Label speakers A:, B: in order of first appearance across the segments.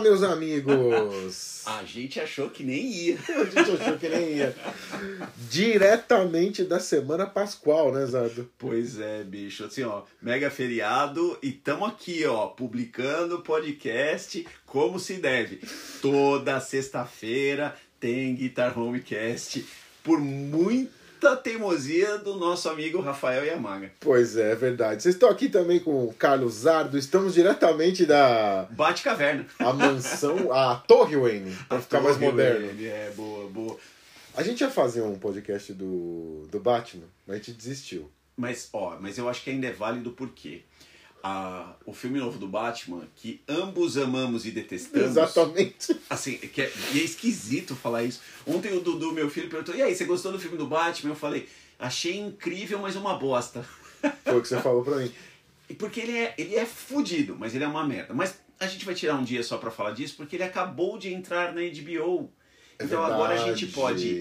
A: meus amigos!
B: A gente achou que nem ia.
A: A gente achou que nem ia. Diretamente da semana pascual, né, Zado?
B: Pois é, bicho. Assim, ó, mega feriado e tamo aqui, ó, publicando podcast como se deve. Toda sexta-feira tem Guitar Homecast por muita teimosia do nosso amigo Rafael Yamaga.
A: Pois é, é verdade. Vocês estão aqui também com o Carlos Zardo, estamos diretamente da
B: Bate caverna.
A: a mansão, a Torre Wayne, pra ficar mais
B: Torre
A: moderno.
B: Wayne, É, boa, boa.
A: A gente ia fazer um podcast do, do Batman, mas a gente desistiu.
B: Mas, ó, mas eu acho que ainda é válido porque a, o filme novo do Batman, que ambos amamos e detestamos.
A: Exatamente.
B: Assim, que é, e é esquisito falar isso. Ontem o Dudu, meu filho, perguntou: e aí, você gostou do filme do Batman? Eu falei: achei incrível, mas uma bosta.
A: Foi o que você falou pra mim.
B: E Porque ele é, ele é fudido, mas ele é uma merda. Mas a gente vai tirar um dia só pra falar disso, porque ele acabou de entrar na HBO.
A: É
B: então agora a gente
A: verdade.
B: pode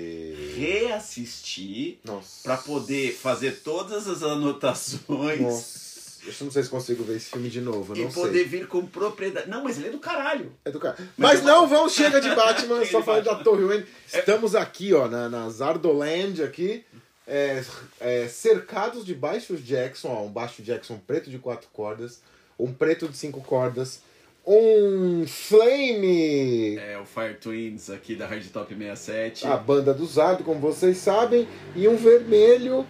B: reassistir
A: Nossa.
B: pra poder fazer todas as anotações.
A: Nossa. Eu não sei se consigo ver esse filme de novo,
B: E
A: não sei.
B: poder vir com propriedade. Não, mas ele é do caralho.
A: É do cara.
B: Mas
A: Mas
B: eu-
A: não, vamos, chega de Batman,
B: Chega
A: só
B: de
A: falando da
B: Batman.
A: Torre Wayne.
B: É-
A: Estamos aqui, ó, na, na Zardoland, aqui, é, é, cercados de baixos Jackson, ó, um baixo Jackson preto de quatro cordas, um preto de cinco cordas, um Flame,
B: É o Fire Twins aqui da Hard Top 67.
A: a banda do Zardo, como vocês sabem, e um vermelho.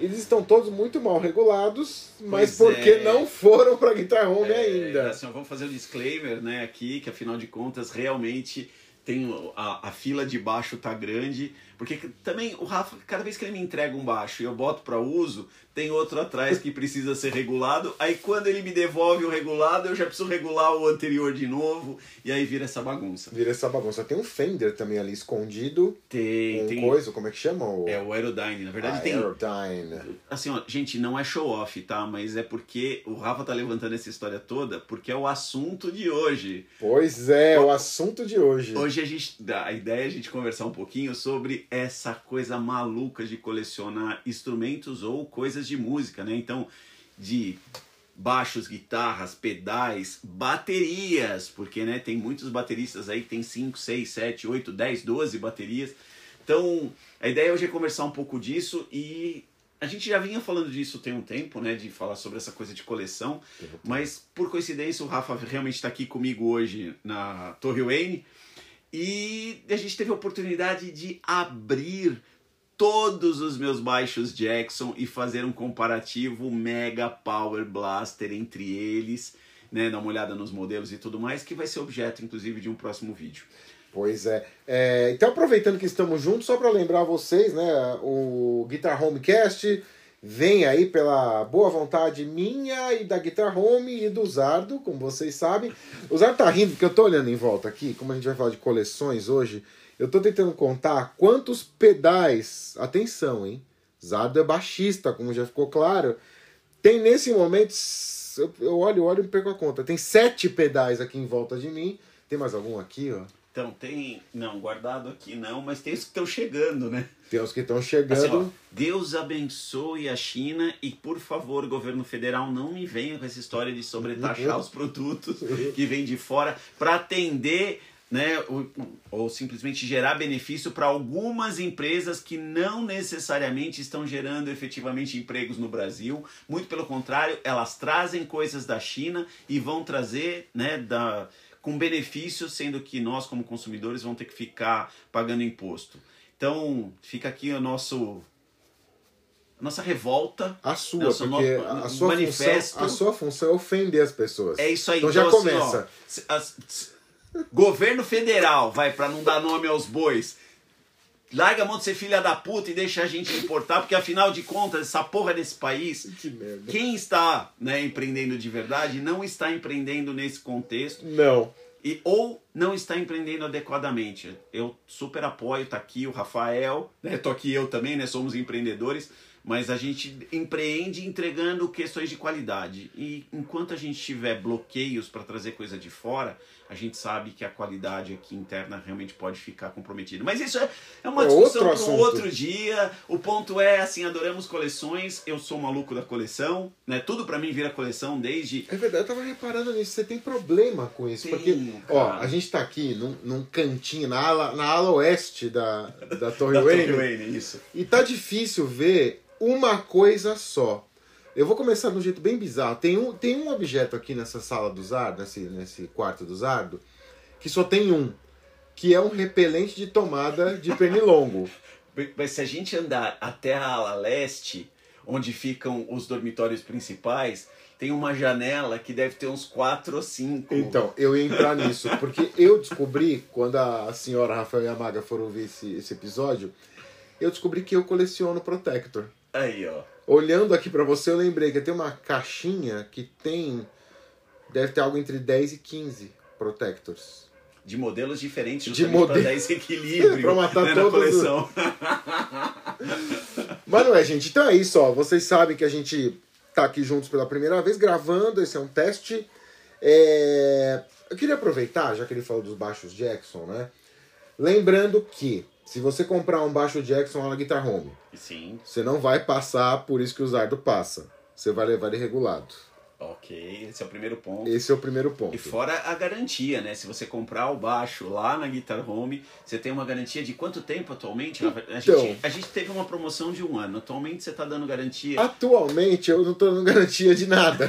A: Eles estão todos muito mal regulados, mas
B: Pois
A: porque
B: é.
A: não foram pra Guitar Home
B: É,
A: ainda.
B: assim, ó, vamos fazer um disclaimer, né, aqui, que afinal de contas, realmente tem o- a, a fila de baixo tá grande, porque que- também o Rafa, cada vez que ele me entrega um baixo e eu boto pra uso, tem outro atrás que precisa ser regulado, aí quando ele me devolve o regulado, eu já preciso regular o anterior de novo, e aí vira essa bagunça.
A: Vira essa bagunça. Tem um Fender também ali escondido.
B: Tem,
A: Um
B: tem...
A: coisa, como é que chama? O...
B: É o Aerodyne, na verdade tem...
A: Ah, Aerodyne.
B: Assim, ó, gente, não é show off, tá? Mas é porque o Rafa tá levantando essa história toda porque é o assunto de hoje.
A: Pois é, o assunto de hoje.
B: Hoje a gente, a ideia é a gente conversar um pouquinho sobre essa coisa maluca de colecionar instrumentos ou coisas de música, né? Então, de baixos, guitarras, pedais, baterias, porque né, tem muitos bateristas aí que tem 5, 6, 7, 8, 10, 12 baterias. Então, a ideia hoje é conversar um pouco disso e a gente já vinha falando disso tem um tempo, né, de falar sobre essa coisa de coleção, mas por coincidência o Rafa realmente está aqui comigo hoje na Torre Wayne e a gente teve a oportunidade de abrir todos os meus baixos Jackson e fazer um comparativo mega power blaster entre eles, né, dar uma olhada nos modelos e tudo mais, que vai ser objeto inclusive de um próximo vídeo.
A: Pois é. É, Então, aproveitando que estamos juntos, só para lembrar vocês, né? O Guitar Homecast vem aí pela boa vontade minha e da Guitar Home e do Zardo, como vocês sabem. O Zardo tá rindo porque eu tô olhando em volta aqui, como a gente vai falar de coleções hoje, eu tô tentando contar quantos pedais. Atenção, hein? Zardo é baixista, como já ficou claro. Tem nesse momento, eu- eu olho, olho e perco a conta. Tem sete pedais aqui em volta de mim. Tem mais algum aqui, ó?
B: Então tem, não, guardado aqui não, mas tem os que estão chegando, né?
A: Tem os que estão
B: Assim, ó,
A: chegando.
B: Deus abençoe a China e, por favor, governo federal, não me venha com essa história de sobretaxar os produtos que vêm de fora para atender, né, ou, ou simplesmente gerar benefício para algumas empresas que não necessariamente estão gerando efetivamente empregos no Brasil. Muito pelo contrário, elas trazem coisas da China e vão trazer, né, da com benefício, sendo que nós, como consumidores, vamos ter que ficar pagando imposto. Então, fica aqui o nosso a nossa revolta.
A: a sua,
B: Nelson,
A: porque
B: no-
A: a
B: no
A: sua,
B: manifesto-
A: função, a sua função é ofender as pessoas.
B: É isso aí.
A: Então já
B: assim,
A: começa.
B: ó, se- as- s- governo federal, vai para não dar nome aos bois. Larga a mão de ser filha da puta e deixa a gente importar, porque afinal de contas, essa porra desse país,
A: Que merda.
B: quem está né, empreendendo de verdade não está empreendendo nesse contexto.
A: Não.
B: E, ou não está empreendendo adequadamente. Eu super apoio, tá aqui o Rafael, né? Tô aqui eu também, né? Somos empreendedores, mas a gente empreende entregando questões de qualidade. E enquanto a gente tiver bloqueios para trazer coisa de fora, a gente sabe que a qualidade aqui interna realmente pode ficar comprometida. Mas isso é, é uma
A: É
B: discussão
A: outro
B: para um
A: assunto.
B: outro dia. O ponto é, assim, adoramos coleções, eu sou maluco da coleção, né? Tudo para mim vira coleção desde
A: É verdade, eu tava reparando nisso. Você tem problema com isso.
B: Tenho,
A: porque, ó,
B: cara.
A: a gente tá aqui num, num cantinho, na ala, na ala oeste da, da Torre
B: da Torre
A: Wayne.
B: Wayne, isso.
A: E tá difícil ver uma coisa só. Eu vou começar de um jeito bem bizarro. Tem um, tem um objeto aqui nessa sala do Zardo, nesse, nesse quarto do Zardo, que só tem um. Que é um repelente de tomada de pernilongo.
B: Mas se a gente andar até a ala leste, onde ficam os dormitórios principais, tem uma janela que deve ter uns quatro ou cinco.
A: Então, eu ia entrar nisso, porque eu descobri, quando a senhora Rafael e a Maga foram ver esse, esse episódio, eu descobri que eu coleciono Protector.
B: Aí, ó.
A: Olhando aqui pra você, eu lembrei que tem uma caixinha que tem. Deve ter algo entre 10 e 15 Protectors.
B: De modelos diferentes,
A: De
B: justamente para
A: mode-
B: dar esse equilíbrio
A: Pra matar
B: né, na
A: todos os-
B: coleção.
A: Mas não é, gente. Então é isso, ó. Vocês sabem que a gente tá aqui juntos pela primeira vez gravando. Esse é um teste. É, Eu queria aproveitar, já que ele falou dos baixos Jackson, né? Lembrando que se você comprar um baixo Jackson lá na Guitar Home,
B: Sim,
A: você não vai passar por isso que o Zardo passa. Você vai levar ele regulado.
B: ok. Esse é o primeiro ponto.
A: Esse é o primeiro
B: E
A: ponto.
B: fora a garantia, né? Se você comprar o baixo lá na Guitar Home, você tem uma garantia de quanto tempo atualmente? A
A: Então.
B: gente, a gente teve uma promoção de um ano. Atualmente você está dando garantia.
A: Ah, Atualmente eu não tô dando garantia de nada.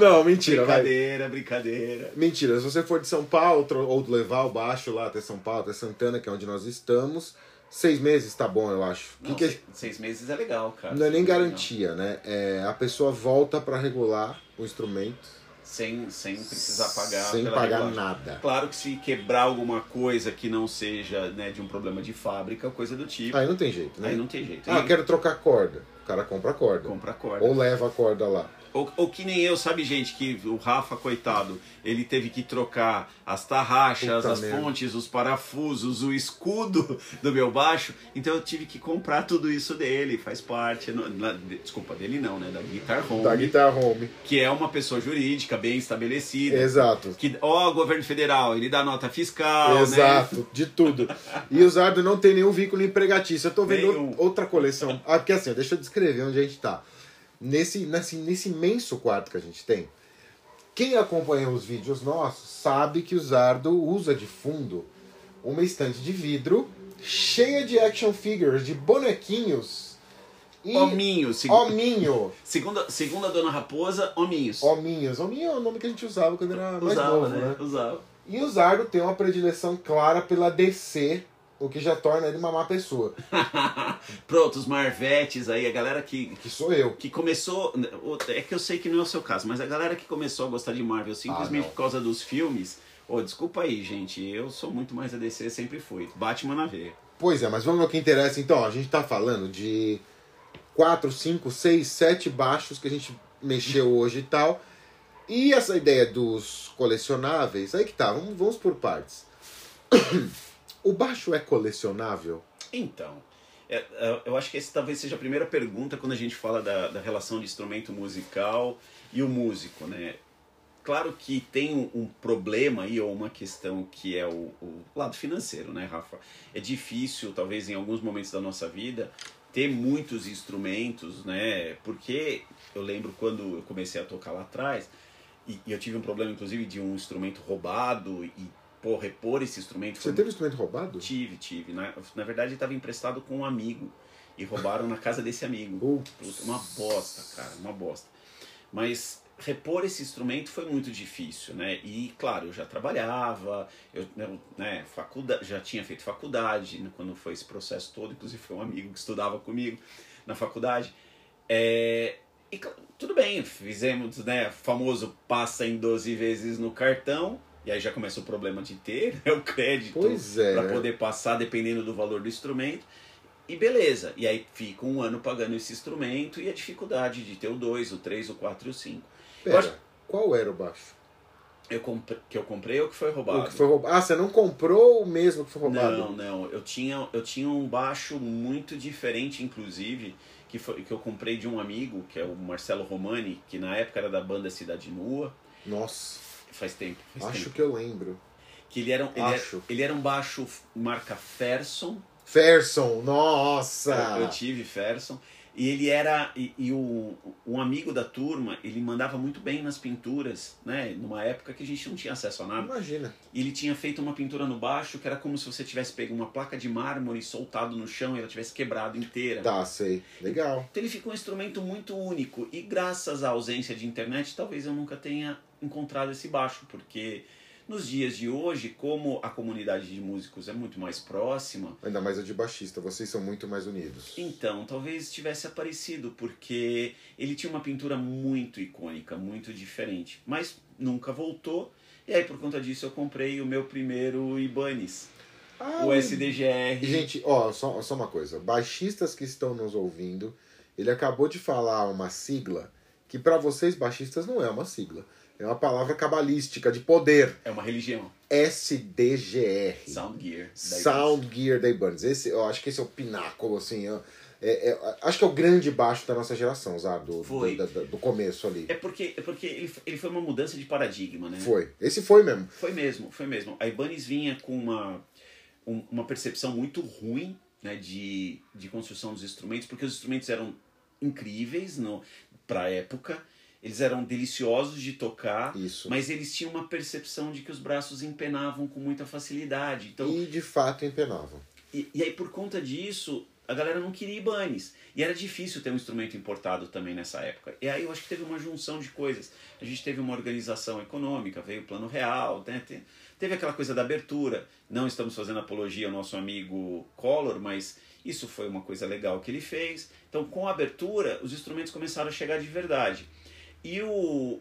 A: não, mentira, vai.
B: brincadeira, brincadeira.
A: Mentira, se você for de São Paulo tro- ou levar o baixo lá até São Paulo, até Santana, que é onde nós estamos, seis meses tá bom, eu acho. Que
B: Não,
A: que é-
B: se- seis meses é legal, cara.
A: não é
B: Seis
A: nem
B: meses
A: garantia, né? É, a pessoa volta pra regular o instrumento
B: legal. Sem, sem precisar pagar.
A: sem
B: pela
A: pagar
B: regulagem.
A: nada.
B: Claro que se quebrar alguma coisa que não seja né, de um problema de fábrica, coisa do tipo,
A: Aí não tem jeito, né?
B: aí não tem jeito.
A: Ah,
B: E
A: quero trocar corda. O cara compra a corda.
B: Compra corda.
A: Ou leva a corda lá.
B: Ou, ou que nem eu, sabe, gente, que o Rafa, coitado, ele teve que trocar as tarraxas,
A: Puta
B: as
A: merda.
B: fontes, os parafusos, o escudo do meu baixo. Então eu tive que comprar tudo isso dele, faz parte. no- na- de- desculpa, dele não, né? Da Guitar Home,
A: Da Guitar Home.
B: que é uma pessoa jurídica bem
A: É,
B: estabelecida.
A: Exato.
B: que ó, governo federal, ele dá nota fiscal, né?
A: Exato, de tudo. E o Zardo não tem nenhum vínculo empregatício. Eu tô vendo
B: Nenhum.
A: outra coleção. Ah, porque assim, ó, deixa eu descrever onde a gente tá. Nesse, nesse, nesse imenso quarto que a gente tem, quem acompanha os vídeos nossos sabe que o Zardo usa de fundo uma estante de vidro cheia de action figures, de bonequinhos e
B: Hominho, seg
A: hominho.
B: segundo, segundo a dona Raposa, hominhos.
A: Hominhos. Hominho é o nome que a gente usava quando era mais
B: Usava,
A: novo,
B: né?
A: né?
B: Usava.
A: E o Zardo tem uma predileção clara pela DC, o que já torna ele uma má pessoa,
B: Pronto, os marvetes aí, a galera que,
A: que sou eu.
B: que começou. É que eu sei que não é o seu caso, mas a galera que começou a gostar de Marvel simplesmente
A: Ah, não.
B: por causa dos filmes. Ô, desculpa aí, gente. Eu sou muito mais a DC, sempre fui. Batman na veia.
A: Pois é, mas vamos ao que interessa então. A gente tá falando de 4, 5, 6, 7 baixos que a gente mexeu hoje e tal. E essa ideia dos colecionáveis, aí que tá, vamos, vamos por partes. o baixo é colecionável?
B: Então, é, é, eu acho que essa talvez seja a primeira pergunta quando a gente fala da, da relação de instrumento musical e o músico, né? Claro que tem um, um problema aí, ou uma questão que é o, o lado financeiro, né, Rafa? É difícil, talvez em alguns momentos da nossa vida, ter muitos instrumentos, né? Porque eu lembro quando eu comecei a tocar lá atrás, e, e eu tive um problema, inclusive, de um instrumento roubado, e, pô, repor esse instrumento
A: Você teve um instrumento roubado?
B: Tive, tive. Na, na verdade, estava emprestado com um amigo. E roubaram na casa desse amigo. Puta, uma bosta, cara, uma bosta. Mas repor esse instrumento foi muito difícil, né? E, claro, eu já trabalhava, eu eu, né, faculda já tinha feito faculdade, né, quando foi esse processo todo, inclusive foi um amigo que estudava comigo na faculdade. É, e cl- tudo bem, fizemos, né, famoso passa em 12 vezes no cartão, e aí já começa o problema de ter né, o crédito
A: Pois é.
B: para poder passar dependendo do valor do instrumento. E beleza, e aí fica um ano pagando esse instrumento e a dificuldade de ter o 2, o 3, o 4 e o 5.
A: Pera,
B: Eu acho-
A: qual era o baixo?
B: Eu compre- que eu comprei ou que foi roubado?
A: O que foi roubado. Ah, você não comprou o mesmo que foi roubado?
B: Não, não. Eu tinha, eu tinha um baixo muito diferente, inclusive, que, foi, que eu comprei de um amigo, que é o Marcelo Romani, que na época era da banda Cidade Nua.
A: Nossa,
B: Faz tempo, faz
A: acho
B: tempo.
A: que eu lembro.
B: Que ele era, um- ele,
A: Acho.
B: Era, ele era um baixo marca Ferson.
A: Ferson, nossa!
B: Eu, eu tive Ferson. E ele era. E, e o, um amigo da turma, ele mandava muito bem nas pinturas, né? Numa época que a gente não tinha acesso a nada.
A: Imagina.
B: E ele tinha feito uma pintura no baixo que era como se você tivesse pego uma placa de mármore e soltado no chão e ela tivesse quebrado inteira.
A: Tá, sei. Legal.
B: Então ele ficou um instrumento muito único. E graças à ausência de internet, talvez eu nunca tenha encontrado esse baixo, porque nos dias de hoje, como a comunidade de músicos é muito mais próxima,
A: Ainda mais a de baixista, vocês são muito mais unidos.
B: então talvez tivesse aparecido, porque ele tinha uma pintura muito icônica, muito diferente, mas nunca voltou. E aí, por conta disso, eu comprei o meu primeiro Ibanez,
A: Ah,
B: o SDGR.
A: Gente, ó, só, só uma coisa. Baixistas que estão nos ouvindo, ele acabou de falar uma sigla que pra vocês baixistas não é uma sigla. É uma palavra cabalística de poder.
B: É uma religião.
A: SDGR.
B: Sound Gear. da
A: Sound Gear da Ibanez. Esse, eu acho que esse é o pináculo, assim. ó. É- é- acho que é o grande baixo da nossa geração, sabe? Do,
B: Foi.
A: do, do- do começo ali.
B: É porque, é porque ele, ele foi uma mudança de paradigma, né?
A: Foi. Esse foi mesmo.
B: Foi mesmo, foi mesmo. A Ibanez vinha com uma, um- uma percepção muito ruim né, de, de construção dos instrumentos, porque os instrumentos eram incríveis no, pra época, eles eram deliciosos de tocar,
A: Isso.
B: Ah, mas eles tinham uma percepção de que os braços empenavam com muita facilidade. Então,
A: E de fato empenava.
B: E, e aí, por conta disso, a galera não queria Ibanez. E era difícil ter um instrumento importado também nessa época. E aí eu acho que teve uma junção de coisas. A gente teve uma organização econômica, veio o Plano Real, né? Te- teve aquela coisa da abertura. Não estamos fazendo apologia ao nosso amigo Collor, mas isso foi uma coisa legal que ele fez. Então, com a abertura, os instrumentos começaram a chegar de verdade. E o.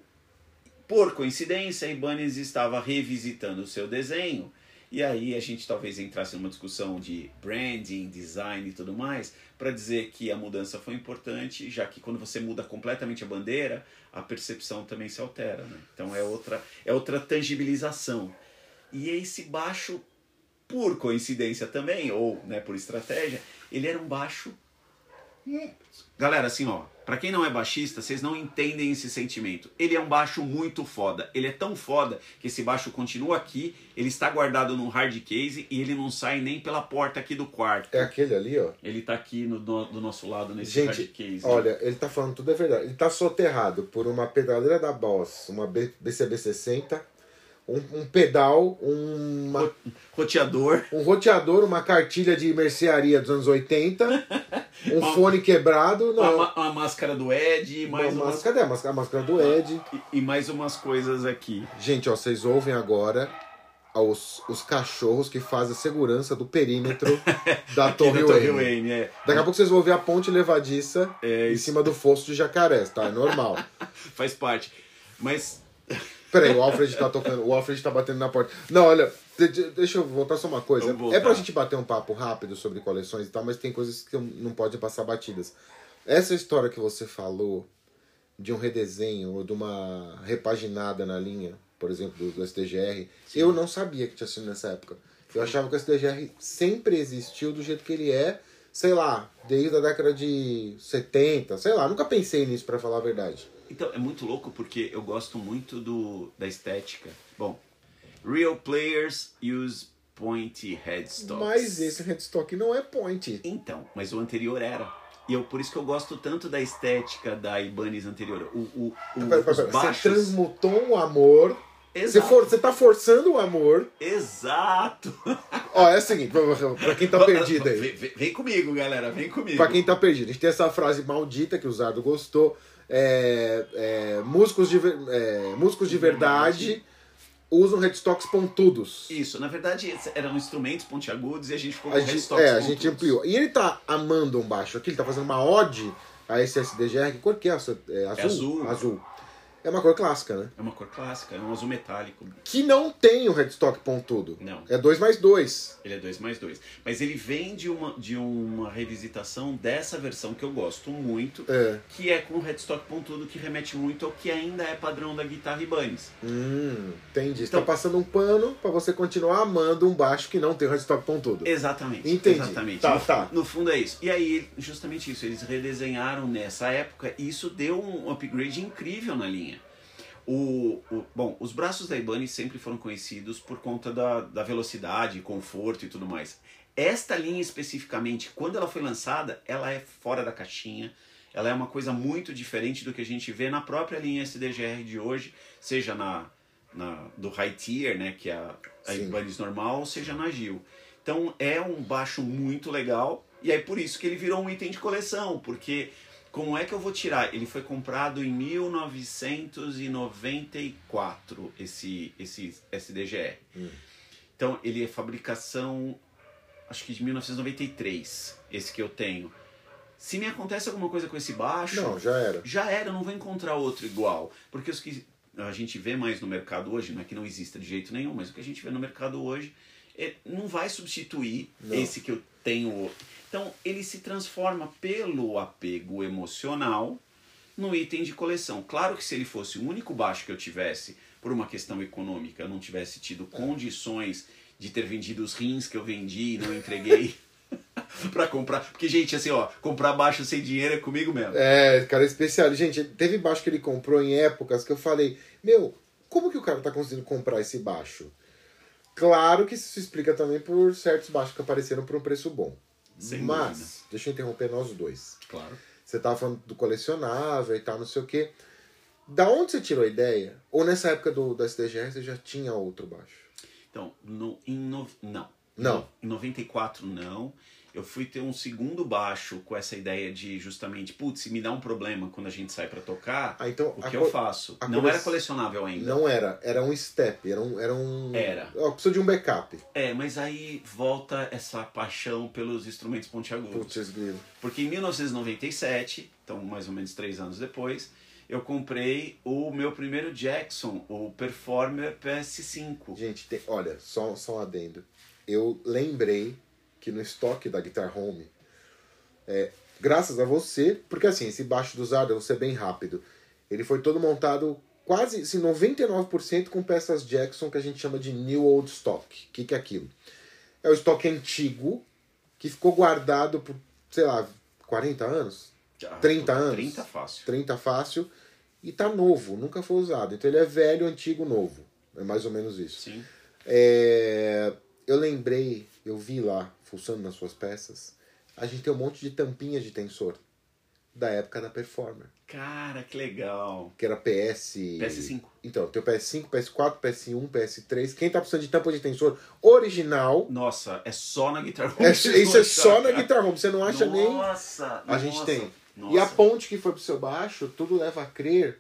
B: Por coincidência, a Ibanez estava revisitando o seu desenho e aí a gente talvez entrasse numa discussão de branding, design e tudo mais, para dizer que a mudança foi importante, já que quando você muda completamente a bandeira, a percepção também se altera, né? Então é outra, é outra tangibilização. E esse baixo, por coincidência também, ou né, por estratégia, ele era um baixo. Galera, assim, ó, pra quem não é baixista, vocês não entendem esse sentimento. Ele é um baixo muito foda. Ele é tão foda que esse baixo continua aqui, ele está guardado num hard case e ele não sai nem pela porta aqui do quarto.
A: É aquele ali, ó.
B: Ele tá aqui no, do, do nosso lado nesse
A: Gente,
B: hard case.
A: Olha, ele tá falando tudo é verdade. Ele tá soterrado por uma pedaleira da Boss, uma B- BCB60, um, um pedal, um, uma-
B: Roteador.
A: um roteador, uma cartilha de mercearia dos anos 80, um
B: Uma-
A: fone quebrado,
B: A,
A: não.
B: ma- a máscara do Ed,
A: uma
B: mais Ah,
A: máscara,
B: umas,
A: cadê a máscara? A máscara do Ed.
B: e, e mais umas coisas aqui.
A: Gente, ó, vocês ouvem agora os, os cachorros que fazem a segurança do perímetro da
B: Aqui
A: Torre
B: da
A: Wayne.
B: Torre Wayne, é.
A: Daqui a pouco vocês vão ouvir a ponte levadiça
B: É,
A: em
B: isso.
A: cima do fosso de jacarés, tá? É normal.
B: Faz parte. Mas
A: Peraí, o Alfred tá tocando, o Alfred tá batendo na porta. Não, olha, de- de- deixa eu voltar só uma coisa.
B: Vamos voltar.
A: É pra gente bater um papo rápido sobre coleções e tal, mas tem coisas que eu não pode passar batidas. Essa história que você falou de um redesenho ou de uma repaginada na linha, por exemplo, do, do SDGR, eu não sabia que tinha sido nessa época. Eu achava que o SDGR sempre existiu do jeito que ele é, sei lá, desde a década de 70, sei lá, nunca pensei nisso pra falar a verdade.
B: Então, é muito louco porque eu gosto muito do, da estética. Bom, real players use pointy headstocks.
A: Mas esse headstock não é point.
B: Então, mas o anterior era. E eu, por isso que eu gosto tanto da estética da Ibanez anterior. O, o, o,
A: Pera, pera,
B: os
A: pera. Você
B: baixos...
A: transmutou o amor. Você,
B: Exato.
A: for, você tá forçando o amor.
B: Exato.
A: Ó, é o seguinte, pra- pra pra quem tá perdido aí.
B: Vem, vem- vem comigo, galera. Vem comigo.
A: Pra quem tá perdido, a gente tem essa frase maldita que o Zardo gostou. É, é, músicos, de, ver- é, músicos
B: Hum,
A: de verdade usam headstocks pontudos.
B: Isso, na verdade esses eram instrumentos pontiagudos e a gente ficou com
A: A gente,
B: headstocks
A: é, a
B: pontudos.
A: gente ampliou. E ele tá amando um baixo aqui, ele tá fazendo uma ode a esse SDGR. Que cor que é? essa? É azul?
B: azul.
A: Azul. é uma cor clássica, né?
B: É uma cor clássica, é um azul metálico.
A: Que não tem o headstock pontudo.
B: Não.
A: É 2 mais 2.
B: Ele é 2 mais 2. Mas ele vem de uma, de uma revisitação dessa versão que eu gosto muito,
A: É.
B: que é com headstock pontudo, que remete muito ao que ainda é padrão da guitarra Ibanez.
A: Hum, entendi. Está
B: Então-
A: passando um pano pra você continuar amando um baixo que não tem o headstock pontudo.
B: Exatamente.
A: Entendi.
B: Exatamente.
A: Tá,
B: no,
A: tá.
B: no fundo é isso. E aí, justamente isso, eles redesenharam nessa época e isso deu um upgrade incrível na linha. O, o- bom, os braços da Ibanez sempre foram conhecidos por conta da, da velocidade, conforto e tudo mais. Esta linha especificamente, quando ela foi lançada, ela é fora da caixinha. Ela é uma coisa muito diferente do que a gente vê na própria linha SDGR de hoje, seja na, na do high tier, né, que é a, a
A: Sim.
B: Ibanez normal, ou seja na Gil. Então é um baixo muito legal. E aí por isso que ele virou um item de coleção, porque como é que eu vou tirar? Ele foi comprado em 1994, esse, esse SDGR.
A: Hum.
B: Então ele é fabricação, acho que de 1993, esse que eu tenho. Se me acontece alguma coisa com esse baixo,
A: Não, já era.
B: já era, eu não vou encontrar outro igual. Porque os que a gente vê mais no mercado hoje, não é que não exista de jeito nenhum, mas o que a gente vê no mercado hoje é, não vai substituir
A: Não.
B: esse que eu tenho. Então, ele se transforma pelo apego emocional no item de coleção. Claro que se ele fosse o único baixo que eu tivesse, por uma questão econômica, eu não tivesse tido
A: É.
B: condições de ter vendido os rins que eu vendi e não entreguei pra comprar. Porque, gente, assim, ó, comprar baixo sem dinheiro é comigo mesmo.
A: É, cara, é especial. Gente, teve baixo que ele comprou em épocas que eu falei, meu, como que o cara tá conseguindo comprar esse baixo? Claro que isso se explica também por certos baixos que apareceram por um preço bom.
B: Sem
A: Mas,
B: dúvida.
A: deixa eu interromper nós dois.
B: Claro.
A: Você tava falando do colecionável e tal, não sei o quê. Da onde você tirou a ideia? Ou nessa época do, da SDGR você já tinha outro baixo?
B: Então, no, em no, não.
A: Não.
B: Em 94, não. Eu fui ter um segundo baixo com essa ideia de justamente, putz, se me dá um problema quando a gente sai pra tocar,
A: Ah, então.
B: o
A: a
B: que
A: co-
B: eu faço?
A: a
B: Não
A: cole-
B: era colecionável ainda.
A: Não era, era um step, era um. Era. Um...
B: Era.
A: Eu preciso de um backup.
B: É, mas aí volta essa paixão pelos instrumentos pontiagudos.
A: Putz, grilo.
B: Porque em 1997, então mais ou menos três anos depois, eu comprei o meu primeiro Jackson, o Performer PS5.
A: Gente, tem- olha, só, só um adendo. Eu lembrei que no estoque da Guitar Home, é, graças a você, porque assim, esse baixo do Zarda, eu vou ser bem rápido. Ele foi todo montado quase assim, 99% com peças Jackson que a gente chama de New Old Stock. O que, que é aquilo? É o estoque antigo que ficou guardado por, sei lá, 40 anos?
B: Já,
A: 30 anos.
B: 30 fácil.
A: 30 fácil. E tá novo, nunca foi usado. Então ele é velho, antigo, novo. É mais ou menos isso.
B: Sim.
A: É, eu lembrei, eu vi lá, fuçando nas suas peças, a gente tem um monte de tampinhas de tensor da época da Performer,
B: Cara, que legal.
A: que era PS.
B: PS5.
A: Então, tem o PS5, PS4, PS1, PS3. Quem tá precisando de tampa de tensor original,
B: Nossa, é só na Guitar Home.
A: é- isso é só na Guitar Home, você não acha nem.
B: Nossa,
A: A gente tem.
B: Nossa.
A: E a ponte que foi pro seu baixo, tudo leva a crer.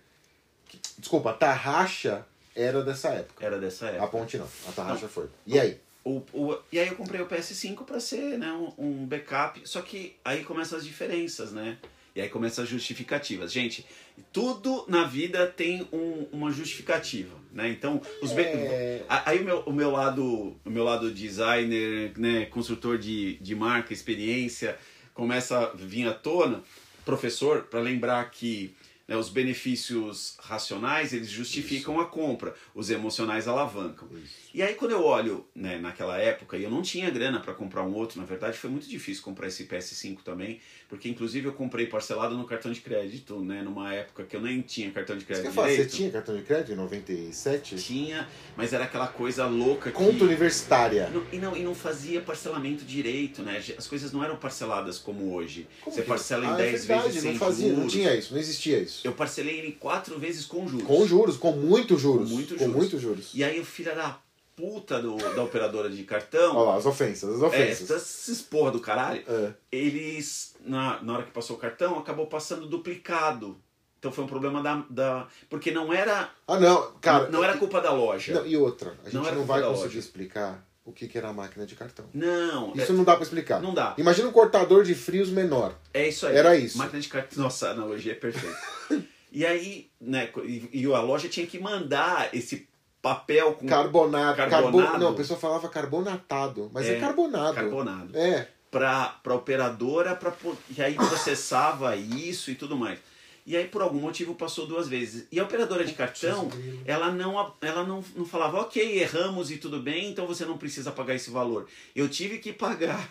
A: que- desculpa, a tarraxa era dessa época.
B: Era dessa
A: A
B: época.
A: ponte não, a tarraxa foi. E aí?
B: O, o- e aí eu comprei o PS5 pra ser né, um, um backup. Só que aí começam as diferenças, né? E aí começam as justificativas. Gente, tudo na vida tem um- uma justificativa, né? Então, os be-
A: É.
B: A- Aí o meu, o meu lado, o meu lado designer, né, consultor de, de marca, experiência, começa a vir à tona, professor, para lembrar que né, os benefícios racionais eles justificam a compra, os emocionais alavancam.
A: Isso.
B: E aí quando eu olho, né, naquela época, e eu não tinha grana para comprar um outro, na verdade foi muito difícil comprar esse PS5 também, porque inclusive eu comprei parcelado no cartão de crédito, né, numa época que eu nem tinha cartão de
A: Você
B: crédito
A: quer falar, você
B: direito.
A: tinha cartão de crédito em 97?
B: Tinha, mas era aquela coisa louca
A: Conta
B: que...
A: universitária.
B: Não, e, não, e não fazia parcelamento direito, né? As coisas não eram parceladas como hoje.
A: Como
B: Você
A: que-
B: parcela em
A: Ah,
B: 10
A: é verdade,
B: vezes
A: não
B: sem
A: fazia, não
B: juros.
A: tinha isso, não existia isso.
B: Eu parcelei ele em quatro vezes com juros.
A: Com juros, com muito juros.
B: Com muito
A: com
B: juros.
A: muito juros.
B: E aí o filho da puta do, da operadora de
A: Olha
B: cartão,
A: lá, as ofensas, as
B: é,
A: ofensas.
B: esses porra do caralho,
A: É.
B: eles, na, na hora que passou o cartão, acabou passando duplicado. Então foi um problema da... da porque não era,
A: Ah, não, cara.
B: não era culpa da loja.
A: não, e outra, a gente
B: Não é
A: não,
B: era
A: vai
B: culpa da
A: conseguir
B: loja.
A: explicar o que, que era a máquina de cartão.
B: Não,
A: Isso não dá pra explicar.
B: é, não dá.
A: Imagina um cortador de frios menor.
B: É isso aí.
A: Era isso.
B: Máquina de cartão. Nossa, a analogia é perfeita. E aí, né, e, e a loja tinha que mandar esse papel com
A: Carbonado.
B: Carbonado.
A: Carbo- Não, a pessoa falava carbonatado, mas é,
B: É,
A: carbonado.
B: carbonado.
A: É.
B: para a operadora, pra, po- e aí processava isso e tudo mais. E aí, por algum motivo, passou duas vezes. E a operadora de cartão, ela não, a- ela não, não falava, ok, erramos e tudo bem, então você não precisa pagar esse valor. Eu tive que pagar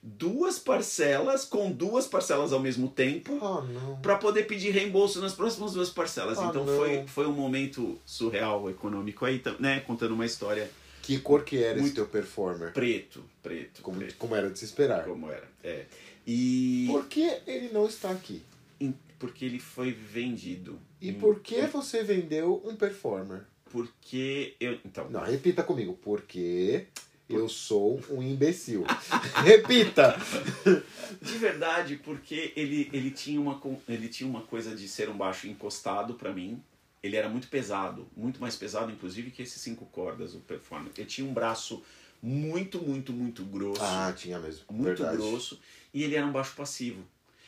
B: duas parcelas, com duas parcelas ao mesmo tempo,
A: Ah, não.
B: para poder pedir reembolso nas próximas duas parcelas.
A: Ah,
B: então
A: não.
B: foi, foi um momento surreal econômico aí, tam- né? Contando uma história
A: Que cor que era esse
B: Muito.
A: teu performer?
B: preto, preto,
A: Como,
B: preto,
A: como era de se esperar.
B: como era. É. E.
A: Por que ele não está aqui?
B: Em- porque ele foi vendido.
A: E
B: Em-
A: por que você vendeu um performer?
B: Porque eu. Então,
A: Não, repita comigo. Porque eu sou um imbecil. repita!
B: de verdade, porque ele, ele, tinha uma, co- ele tinha uma coisa de ser um baixo encostado pra mim. Ele era muito pesado, muito mais pesado, inclusive, que esses cinco cordas, o performance. Ele tinha um braço muito, muito, muito grosso.
A: Ah, tinha mesmo.
B: muito
A: verdade.
B: grosso. E ele era um baixo passivo.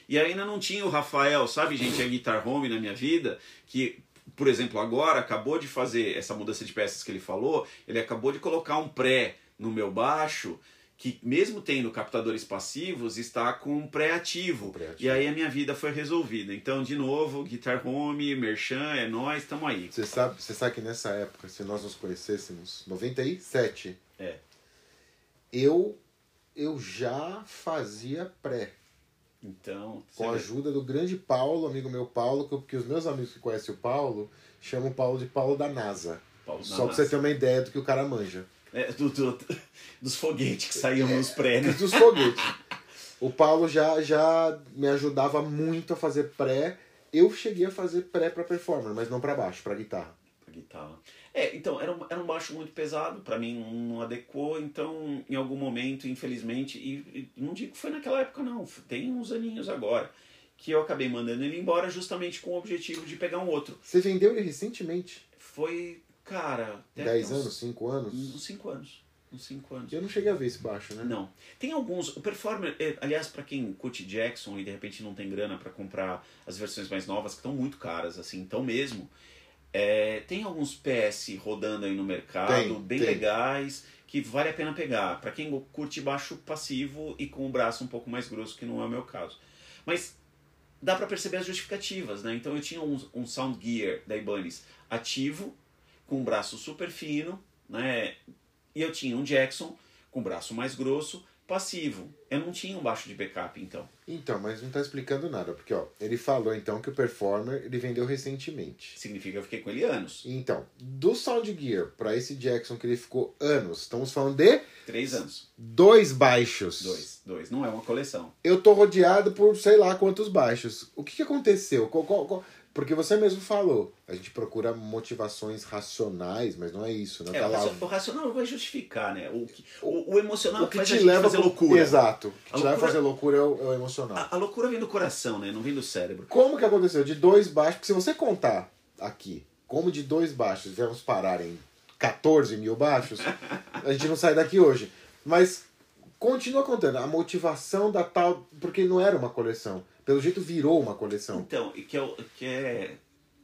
B: E eu ainda não tinha o Rafael, sabe, gente, a Guitar Home na minha vida, que, por exemplo, agora acabou de fazer essa mudança de peças que ele falou, ele acabou de colocar um pré no meu baixo, que mesmo tendo captadores passivos, está com um pré ativo.
A: Pré-ativo.
B: E aí a minha vida foi resolvida. Então, de novo, Guitar Home, Merchan, é nós, estamos aí.
A: Você sabe, você sabe que nessa época, se nós nos conhecêssemos, 97,
B: É.
A: eu, eu já fazia pré.
B: Então,
A: Com a
B: você-
A: ajuda do grande Paulo, amigo meu Paulo, que, que os meus amigos que conhecem o Paulo chamam o Paulo de Paulo da NASA.
B: Paulo
A: Só pra
B: Nanassi.
A: você ter uma ideia do que o cara manja.
B: É, do- do- dos foguetes que saíam nos pré, né?
A: Dos foguetes. O Paulo já, já me ajudava muito a fazer pré. Eu cheguei a fazer pré pra performer, mas não pra baixo, pra guitarra.
B: a guitarra. É, então, era um, era um baixo muito pesado, pra mim não, não adequou, então em algum momento, infelizmente, e, e não digo que foi naquela época não, tem uns aninhos agora, que eu acabei mandando ele embora justamente com o objetivo de pegar um outro.
A: Você vendeu ele recentemente?
B: Foi, cara... deve
A: dez
B: ter uns-
A: anos? cinco anos?
B: Uns 5 anos, uns 5 anos.
A: Eu não cheguei a ver esse baixo, né?
B: Não. Tem alguns. O performer, eh, aliás, pra quem curte Jackson e de repente não tem grana pra comprar as versões mais novas, que estão muito caras, assim, então mesmo. eh, tem alguns PS rodando aí no mercado,
A: Tem,
B: bem
A: tem.
B: legais, que vale a pena pegar. Pra quem curte baixo passivo e com o braço um pouco mais grosso, que não é o meu caso. Mas dá pra perceber as justificativas, né? Então eu tinha um, um Sound Gear da Ibanez ativo, com um braço super fino, né? E eu tinha um Jackson com o braço mais grosso, passivo. Eu não tinha um baixo de backup, então.
A: Então, mas não tá explicando nada, porque ó, ele falou então que o performer ele vendeu recentemente.
B: Significa que eu fiquei com ele anos.
A: Então, do Sound Gear pra esse Jackson que ele ficou anos, estamos falando de
B: Três anos.
A: dois baixos.
B: Dois. Dois. Não é uma coleção.
A: eu tô rodeado por sei lá quantos baixos. O que, que aconteceu? Qual- qual- qual- Porque você mesmo falou, a gente procura motivações racionais, mas não é isso, né?
B: É,
A: Tá
B: o,
A: lá,
B: raci- o racional vai justificar, né? O, que- o, o emocional
A: o que
B: faz
A: te
B: a gente
A: leva
B: fazer
A: pro-
B: loucura.
A: Exato. O que te
B: A
A: leva a
B: loucura-
A: fazer loucura é o, é o emocional.
B: A, a loucura vem do coração, né? Não vem do cérebro.
A: Como que aconteceu? De dois baixos, porque se você contar aqui, como de dois baixos vamos parar em 14 mil baixos, a gente não sai daqui hoje. Mas continua contando, a motivação da tal. Porque não era uma coleção. Pelo jeito virou uma coleção.
B: Então, e que é, o- que é.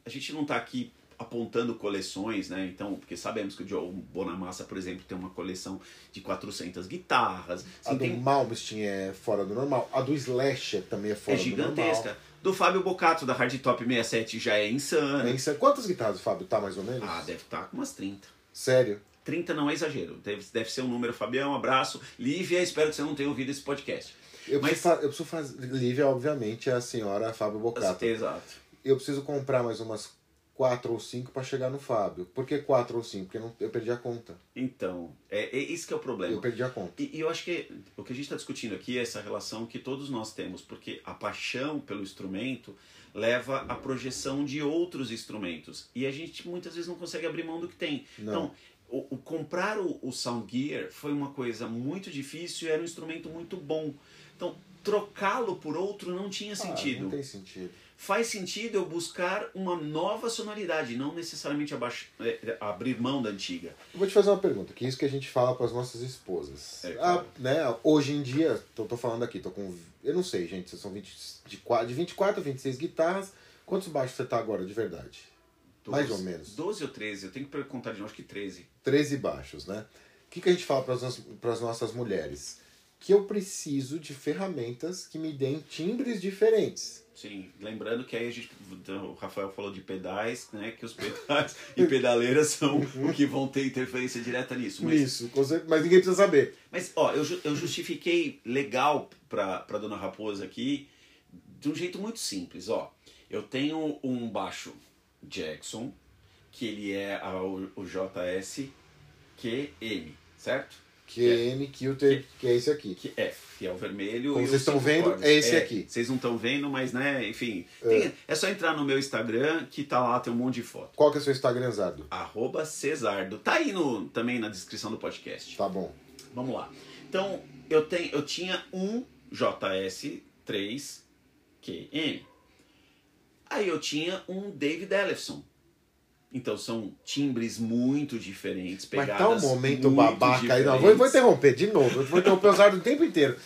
B: A gente não tá aqui apontando coleções, né? Então, porque sabemos que o Joe Bonamassa, por exemplo, tem uma coleção de 400 guitarras.
A: A
B: Assim,
A: do
B: tem
A: Malmsteen é fora do normal. A do Slash é- também é
B: É
A: fora do normal.
B: gigantesca. Do Fábio Bocato, da Hard Top 67, já é
A: É
B: insana.
A: isso. Quantas guitarras o Fábio tá mais ou menos?
B: Ah, deve estar com umas 30.
A: Sério?
B: 30 não é exagero. Deve, deve ser um número, Fabião. abraço. Lívia, espero que você não tenha ouvido esse podcast.
A: Eu
B: Mas-
A: preciso, fa- eu preciso fazer. Lívia, obviamente, é a senhora Fábio Bocato.
B: Exato.
A: Eu preciso comprar mais umas quatro ou cinco pra chegar no Fábio. Por que quatro ou cinco? Porque eu não- eu perdi a conta.
B: Então, é, é isso que é o problema.
A: Eu perdi a conta.
B: E, e eu acho que o que a gente está discutindo aqui é essa relação que todos nós temos, porque a paixão pelo instrumento leva à projeção de outros instrumentos. E a gente muitas vezes não consegue abrir mão do que tem.
A: Não.
B: Então, o, o comprar o, o Sound Gear foi uma coisa muito difícil e era um instrumento muito bom. Então, trocá-lo por outro não tinha
A: Ah, não
B: sentido.
A: tem sentido.
B: Faz sentido eu buscar uma nova sonoridade, não necessariamente abaixa- eh, abrir mão da antiga.
A: Eu vou te fazer uma pergunta, que é isso que a gente fala pras nossas esposas.
B: É, claro.
A: Ah, né, hoje em dia, tô, tô falando aqui, tô com. Eu não sei, gente, são 20, de, qua- de 24 a 26 guitarras, Quantos baixos você tá agora, de verdade? Mais ou menos.
B: 12 ou 13, eu tenho que contar de novo, acho que 13.
A: 13 baixos, né? O que, que a gente fala para as nossas mulheres? Que eu preciso de ferramentas que me deem timbres diferentes.
B: Sim, lembrando que aí a gente, então, o Rafael falou de pedais, né? Que os pedais e pedaleiras são o que vão ter interferência direta nisso. Mas,
A: Isso, com cer- mas ninguém precisa saber.
B: mas ó, eu, ju- eu justifiquei legal pra, pra dona Raposa aqui de um jeito muito simples, ó. Eu tenho um baixo Jackson, que ele é a- o, o JSQM, certo?
A: QM, Kilter, que é esse aqui.
B: Que é, que é o vermelho.
A: Como
B: e
A: vocês
B: os
A: estão
B: cinco
A: vendo,
B: cordas.
A: é esse aqui.
B: Vocês não estão vendo, mas né, enfim. tem- É. só entrar no meu Instagram que tá lá, tem um monte de foto.
A: Qual que é o seu Instagram, Zardo?
B: Arroba Cesardo. Tá aí no, também na descrição do podcast.
A: Tá bom.
B: Vamos lá. Então, eu, tenho, eu tinha um JS3QM. Aí eu tinha um David Ellison. Então são timbres muito diferentes,
A: Mas
B: pegadas
A: tá um momento
B: muito
A: babaca aí. Não, vou,
B: diferentes.
A: vou interromper de novo. Eu vou interromper o Zardo o tempo inteiro.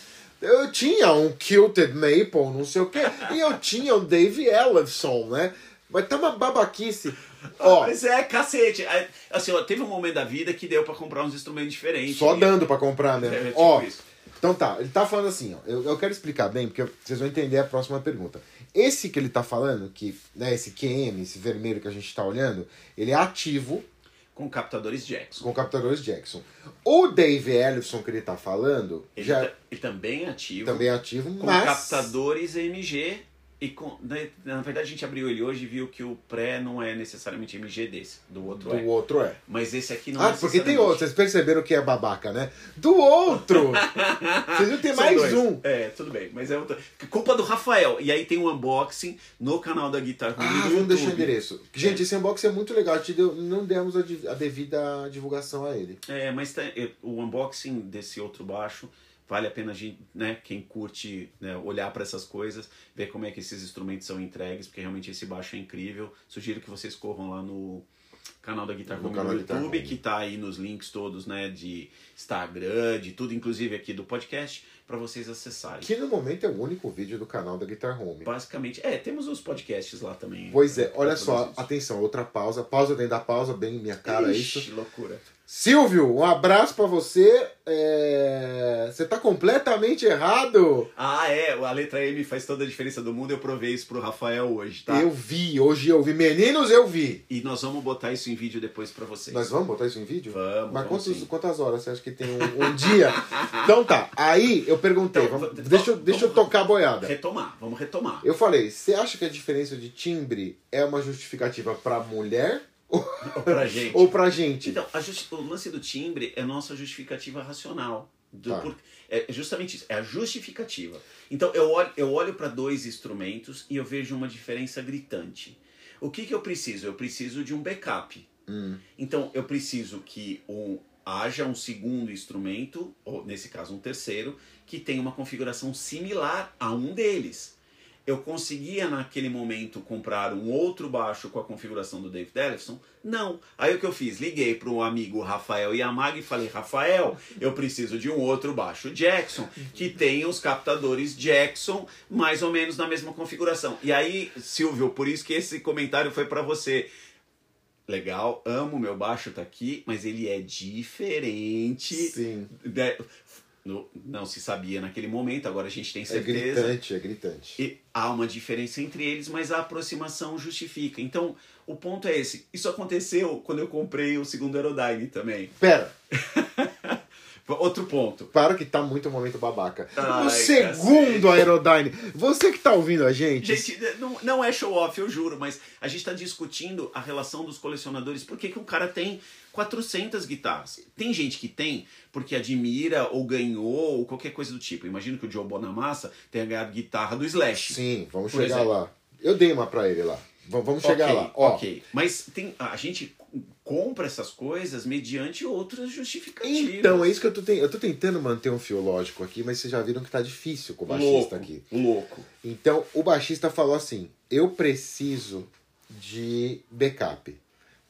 A: Eu tinha um Kilted Maple, não sei o quê, e eu tinha um Dave Ellison, né? Mas tá uma babaquice. Ó,
B: Mas é, cacete. É, Assim, ó, teve um momento da vida que deu pra comprar uns instrumentos diferentes.
A: só
B: E-
A: dando pra comprar mesmo.
B: É, tipo
A: ó,
B: isso.
A: então tá, ele tá falando assim, ó. Eu, eu quero explicar bem, porque vocês vão entender a próxima pergunta. Esse que ele tá falando, que, né, esse QM, esse vermelho que a gente tá olhando, ele é ativo,
B: Com captadores Jackson.
A: com captadores Jackson. O Dave Ellison que ele tá falando,
B: Ele,
A: já
B: ta- ele também é ativo.
A: também é ativo,
B: com
A: mas...
B: captadores MG. E com, na, na verdade, a gente abriu ele hoje e viu que o pré não é necessariamente MG desse. Do outro
A: Do
B: é.
A: outro é.
B: Mas esse aqui não é
A: Ah, porque tem
B: necessariamente.
A: outro. Vocês perceberam que é babaca, né? Do outro! Vocês viram que tem
B: São
A: mais
B: dois.
A: um.
B: É, tudo bem. Mas é outra. Culpa do Rafael. E aí tem um unboxing no canal da Guitar Hero
A: Ah,
B: do
A: vamos deixar o
B: YouTube.
A: endereço. Gente, esse unboxing é muito legal. a gente deu- não demos a, de- a devida divulgação a ele.
B: É, mas tá- é, o unboxing desse outro baixo vale a pena a gente, né, quem curte né, olhar para essas coisas, ver como é que esses instrumentos são entregues, porque realmente esse baixo é incrível. Sugiro que vocês corram lá no canal da Guitar
A: No
B: Home
A: canal
B: no
A: Guitar
B: YouTube,
A: Home.
B: que tá aí nos links todos, né, de Instagram, de tudo, inclusive aqui do podcast, para vocês acessarem.
A: Que no momento é o único vídeo do canal da Guitar Home.
B: Basicamente, é, temos os podcasts lá também. né,
A: Pois é, olha
B: Pra
A: só,
B: todos eles.
A: atenção, outra pausa. Pausa dentro da pausa, bem minha cara, é
B: Ixi,
A: isso.
B: loucura.
A: Silvio, um abraço pra você. É, Você tá completamente errado.
B: Ah, é, a letra M faz toda a diferença do mundo. Eu provei isso pro Rafael hoje, tá?
A: Eu vi, hoje eu vi. Meninos, eu vi.
B: E nós vamos botar isso em vídeo depois pra vocês.
A: Nós vamos botar isso em vídeo?
B: Vamos,
A: Mas
B: vamos
A: quantos-
B: sim.
A: quantas horas você acha que tem um, um dia? Então tá, aí eu perguntei,
B: Então,
A: vamos-
B: v-
A: deixa, eu-
B: vamos-
A: deixa eu
B: vamos-
A: tocar a boiada.
B: Retomar, vamos retomar.
A: Eu falei, você acha que a diferença de timbre é uma justificativa pra mulher
B: pra gente.
A: ou pra gente?
B: Então, a justi- o lance do timbre é nossa justificativa racional. Do-
A: Tá.
B: por- é justamente isso, é a justificativa. Então, eu olho, eu olho para dois instrumentos e eu vejo uma diferença gritante. O que, que eu preciso? Eu preciso de um backup.
A: Hum,
B: Então, eu preciso que um- haja um segundo instrumento, ou nesse caso um terceiro, que tenha uma configuração similar a um deles. Eu conseguia naquele momento comprar um outro baixo com a configuração do Dave Ellison? Não. Aí o que eu fiz? Liguei para um amigo Rafael Yamaga e falei: Rafael, eu preciso de um outro baixo Jackson, que tenha os captadores Jackson mais ou menos na mesma configuração. E aí, Silvio, por isso que esse comentário foi para você. Legal, amo meu baixo, tá aqui, mas ele é diferente.
A: sim,
B: da- no- não se sabia naquele momento, agora a gente tem
A: é
B: certeza.
A: gritante, é gritante.
B: E há uma diferença entre eles, mas a aproximação justifica. Então, o ponto é esse. Isso aconteceu quando eu comprei o segundo Aerodyne também.
A: Pera,
B: Outro ponto.
A: para que tá muito momento babaca.
B: Ai,
A: o segundo Aerodyne, você que tá ouvindo a gente,
B: Gente, não, não é show off, eu juro, mas a gente está discutindo a relação dos colecionadores. Por que, que um cara tem 400 guitarras? Tem gente que tem porque admira ou ganhou ou qualquer coisa do tipo. Imagino que o Joe Bonamassa tenha ganhado guitarra do Slash.
A: sim, vamos
B: Por
A: chegar
B: exemplo.
A: lá. Eu dei uma pra ele lá. V- vamos chegar
B: Ok,
A: lá. Ó,
B: ok. Mas tem, a gente compra essas coisas mediante outras justificativas.
A: Então, é isso que eu tô, ten- eu tô tentando manter um fio lógico aqui, mas vocês já viram que tá difícil com o baixista
B: louco,
A: aqui.
B: Louco.
A: Então, o baixista falou assim: eu preciso de backup.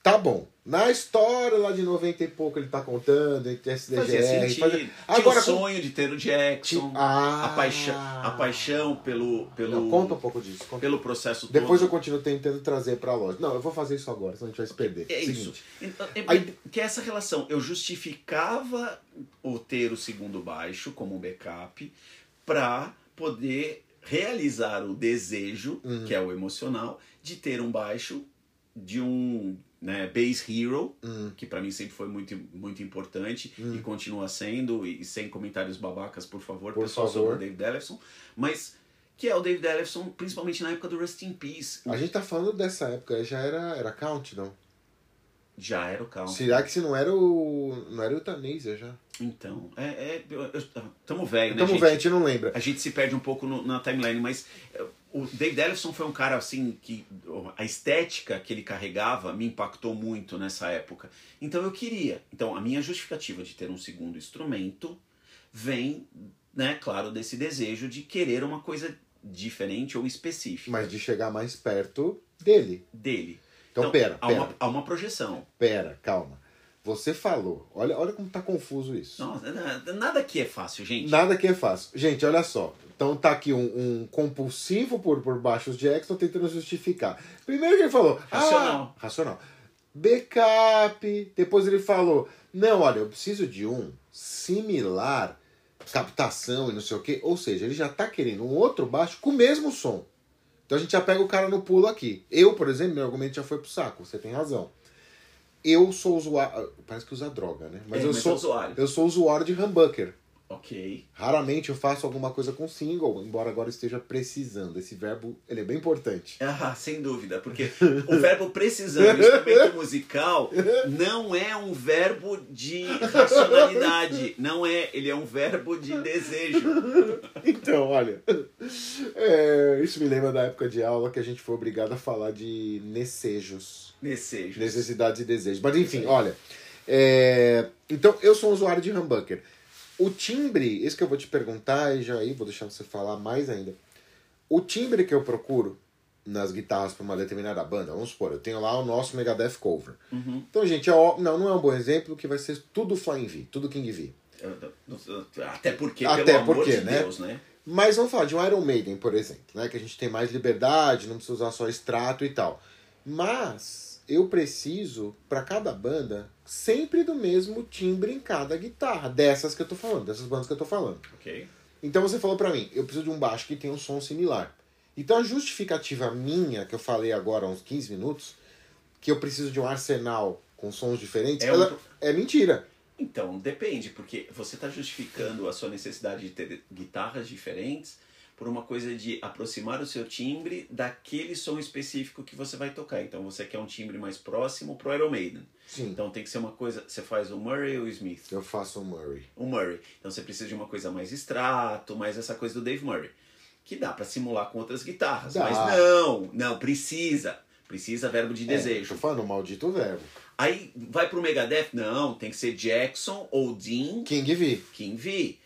A: Tá bom. Na história lá de 90 e pouco ele tá contando, entre SDGR...
B: Fazia sentido.
A: é, fazia-
B: Tinha
A: Agora,
B: o sonho de ter o Jackson,
A: Ti- Ah.
B: Então, a, paixão, a paixão pelo, pelo,
A: Não, conta um pouco disso. conta.
B: pelo processo todo.
A: Depois eu continuo tentando trazer pra loja. Não, eu vou fazer isso agora, senão a gente vai se perder.
B: É isso.
A: Seguinte.
B: Então, é-
A: Aí-
B: Que é essa relação. Eu justificava o ter o segundo baixo como um backup para poder realizar o desejo,
A: Uhum.
B: que é o emocional, de ter um baixo de um né, base hero,
A: Hum.
B: que para mim sempre foi muito, muito importante
A: Hum.
B: e continua sendo, e sem comentários babacas, por favor,
A: Por
B: pessoal,
A: favor.
B: sobre o David Ellison, mas que é o David Ellison, principalmente na época do Rest in Peace.
A: A gente tá falando dessa época, já era, era count, não?
B: Já era o Count.
A: Será que se não era o. não era eutanásia já?
B: Então, é. é eu- eu- tamo velho, né?
A: Tamo
B: gente?
A: velho, a gente não lembra.
B: A gente se perde um pouco no- na timeline, mas é, o David Ellison foi um cara assim que ó, a estética que ele carregava me impactou muito nessa época. Então eu queria. Então a minha justificativa de ter um segundo instrumento vem, né, claro, desse desejo de querer uma coisa diferente ou específica
A: Mas de chegar mais perto dele.
B: dele.
A: Então, pera,
B: há
A: pera.
B: uma, há uma projeção.
A: Pera, calma. Você falou. Olha, olha como tá confuso isso.
B: Nossa, na- nada aqui é fácil, gente.
A: Nada que é fácil. Gente, olha só. Então tá aqui um, um compulsivo por, por baixos Jackson tentando justificar. Primeiro que ele falou.
B: Racional.
A: Ah, racional. Backup. Depois ele falou. Não, olha, eu preciso de um similar captação e não sei o quê. Ou seja, ele já tá querendo um outro baixo com o mesmo som. Então a gente já pega o cara no pulo aqui. Eu, por exemplo, meu argumento já foi pro saco. Você tem razão. Eu sou usuário. Parece que usa droga, né? Mas,
B: É,
A: eu,
B: mas é
A: sou,
B: usuário.
A: eu sou usuário de humbucker.
B: Ok.
A: Raramente eu faço alguma coisa com single, embora agora esteja precisando. Esse verbo ele é bem importante.
B: Ah, sem dúvida, porque o verbo precisando, o instrumento musical, não é um verbo de racionalidade, não é, ele é um verbo de desejo.
A: Então, olha. é, isso me lembra da época de aula que a gente foi obrigado a falar de necejos.
B: Desejo.
A: Necessidades e desejos. Mas enfim, olha. é, então, eu sou um usuário de humbucker. O timbre, isso que eu vou te perguntar, e já aí vou deixar você falar mais ainda. O timbre que eu procuro nas guitarras para uma determinada banda, vamos supor, eu tenho lá o nosso Megadeth cover.
B: Uhum.
A: Então, gente, é ó- não, não é um bom exemplo que vai ser tudo Flying V, tudo King V.
B: Até porque,
A: Até
B: pelo amor
A: porque,
B: de
A: né?
B: Deus, né?
A: Mas vamos falar de um Iron Maiden, por exemplo, né? Que a gente tem mais liberdade, não precisa usar só extrato e tal. Mas eu preciso, para cada banda, sempre do mesmo timbre em cada guitarra. Dessas que eu tô falando, dessas bandas que eu tô falando.
B: Ok.
A: Então você falou pra mim, eu preciso de um baixo que tenha um som similar. Então a justificativa minha, que eu falei agora há uns 15 minutos, que eu preciso de um arsenal com sons diferentes,
B: É
A: ela-
B: um-
A: é mentira.
B: Então, depende, porque você está justificando a sua necessidade de ter guitarras diferentes por uma coisa de aproximar o seu timbre daquele som específico que você vai tocar. Então, você quer um timbre mais próximo pro Iron Maiden.
A: Sim.
B: Então tem que ser uma coisa. Você faz o Murray ou o Smith?
A: Eu faço o Murray.
B: O Murray. Então você precisa de uma coisa mais extrato, mais essa coisa do Dave Murray. Que dá pra simular com outras guitarras.
A: Dá.
B: Mas não, não, precisa. Precisa verbo de
A: É,
B: desejo.
A: tô falando o maldito verbo.
B: Aí vai pro Megadeth? Não, tem que ser Jackson ou Dean
A: King V.
B: King V.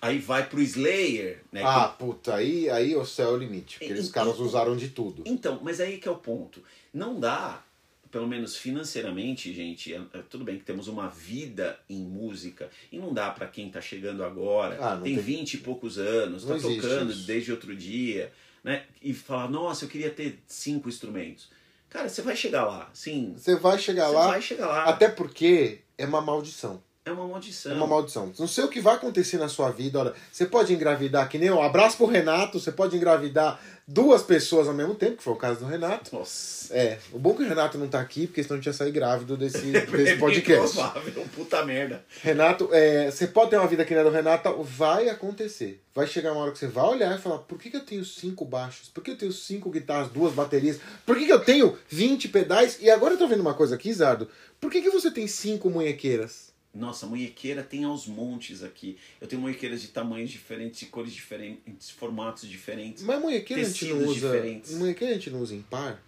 B: Aí vai pro Slayer, né?
A: ah, puta, aí, aí o céu é o limite. Porque
B: E-
A: eles
B: e-
A: caras
B: e-
A: usaram de tudo.
B: Então, mas aí que é o ponto. Não dá, pelo menos financeiramente, gente, é- é- tudo bem que temos uma vida em música, e não dá pra quem tá chegando agora,
A: Ah, não
B: tem,
A: tem-
B: 20 e poucos anos,
A: Não
B: tá
A: existe
B: tocando
A: isso.
B: desde outro dia, né? E falar, nossa, eu queria ter cinco instrumentos. Cara, você vai chegar lá, sim.
A: Você vai chegar
B: Você
A: lá,
B: vai chegar lá.
A: até porque é uma maldição.
B: É uma maldição.
A: É uma maldição. Não sei o que vai acontecer na sua vida. Olha, você pode engravidar, que nem um abraço pro Renato, você pode engravidar duas pessoas ao mesmo tempo, que foi o caso do Renato.
B: Nossa.
A: É, o bom que o Renato não tá aqui, porque senão eu tinha saído grávido desse, desse
B: é bem
A: podcast.
B: provável, puta merda.
A: Renato, é, você pode ter uma vida que nem a do Renato, vai acontecer. Vai chegar uma hora que você vai olhar e falar: por que, que eu tenho cinco baixos? Por que eu tenho cinco guitarras, duas baterias? Por que, que eu tenho 20 pedais? E agora eu tô vendo uma coisa aqui, Zardo. Por que, que você tem cinco munhequeiras?
B: Nossa, munhequeira tem aos montes aqui. Eu tenho munhequeiras de tamanhos diferentes, de cores diferentes, formatos diferentes.
A: Mas munhequeira a gente não
B: Tecidos
A: usa.
B: diferentes.
A: Munhequeira a gente não usa em par.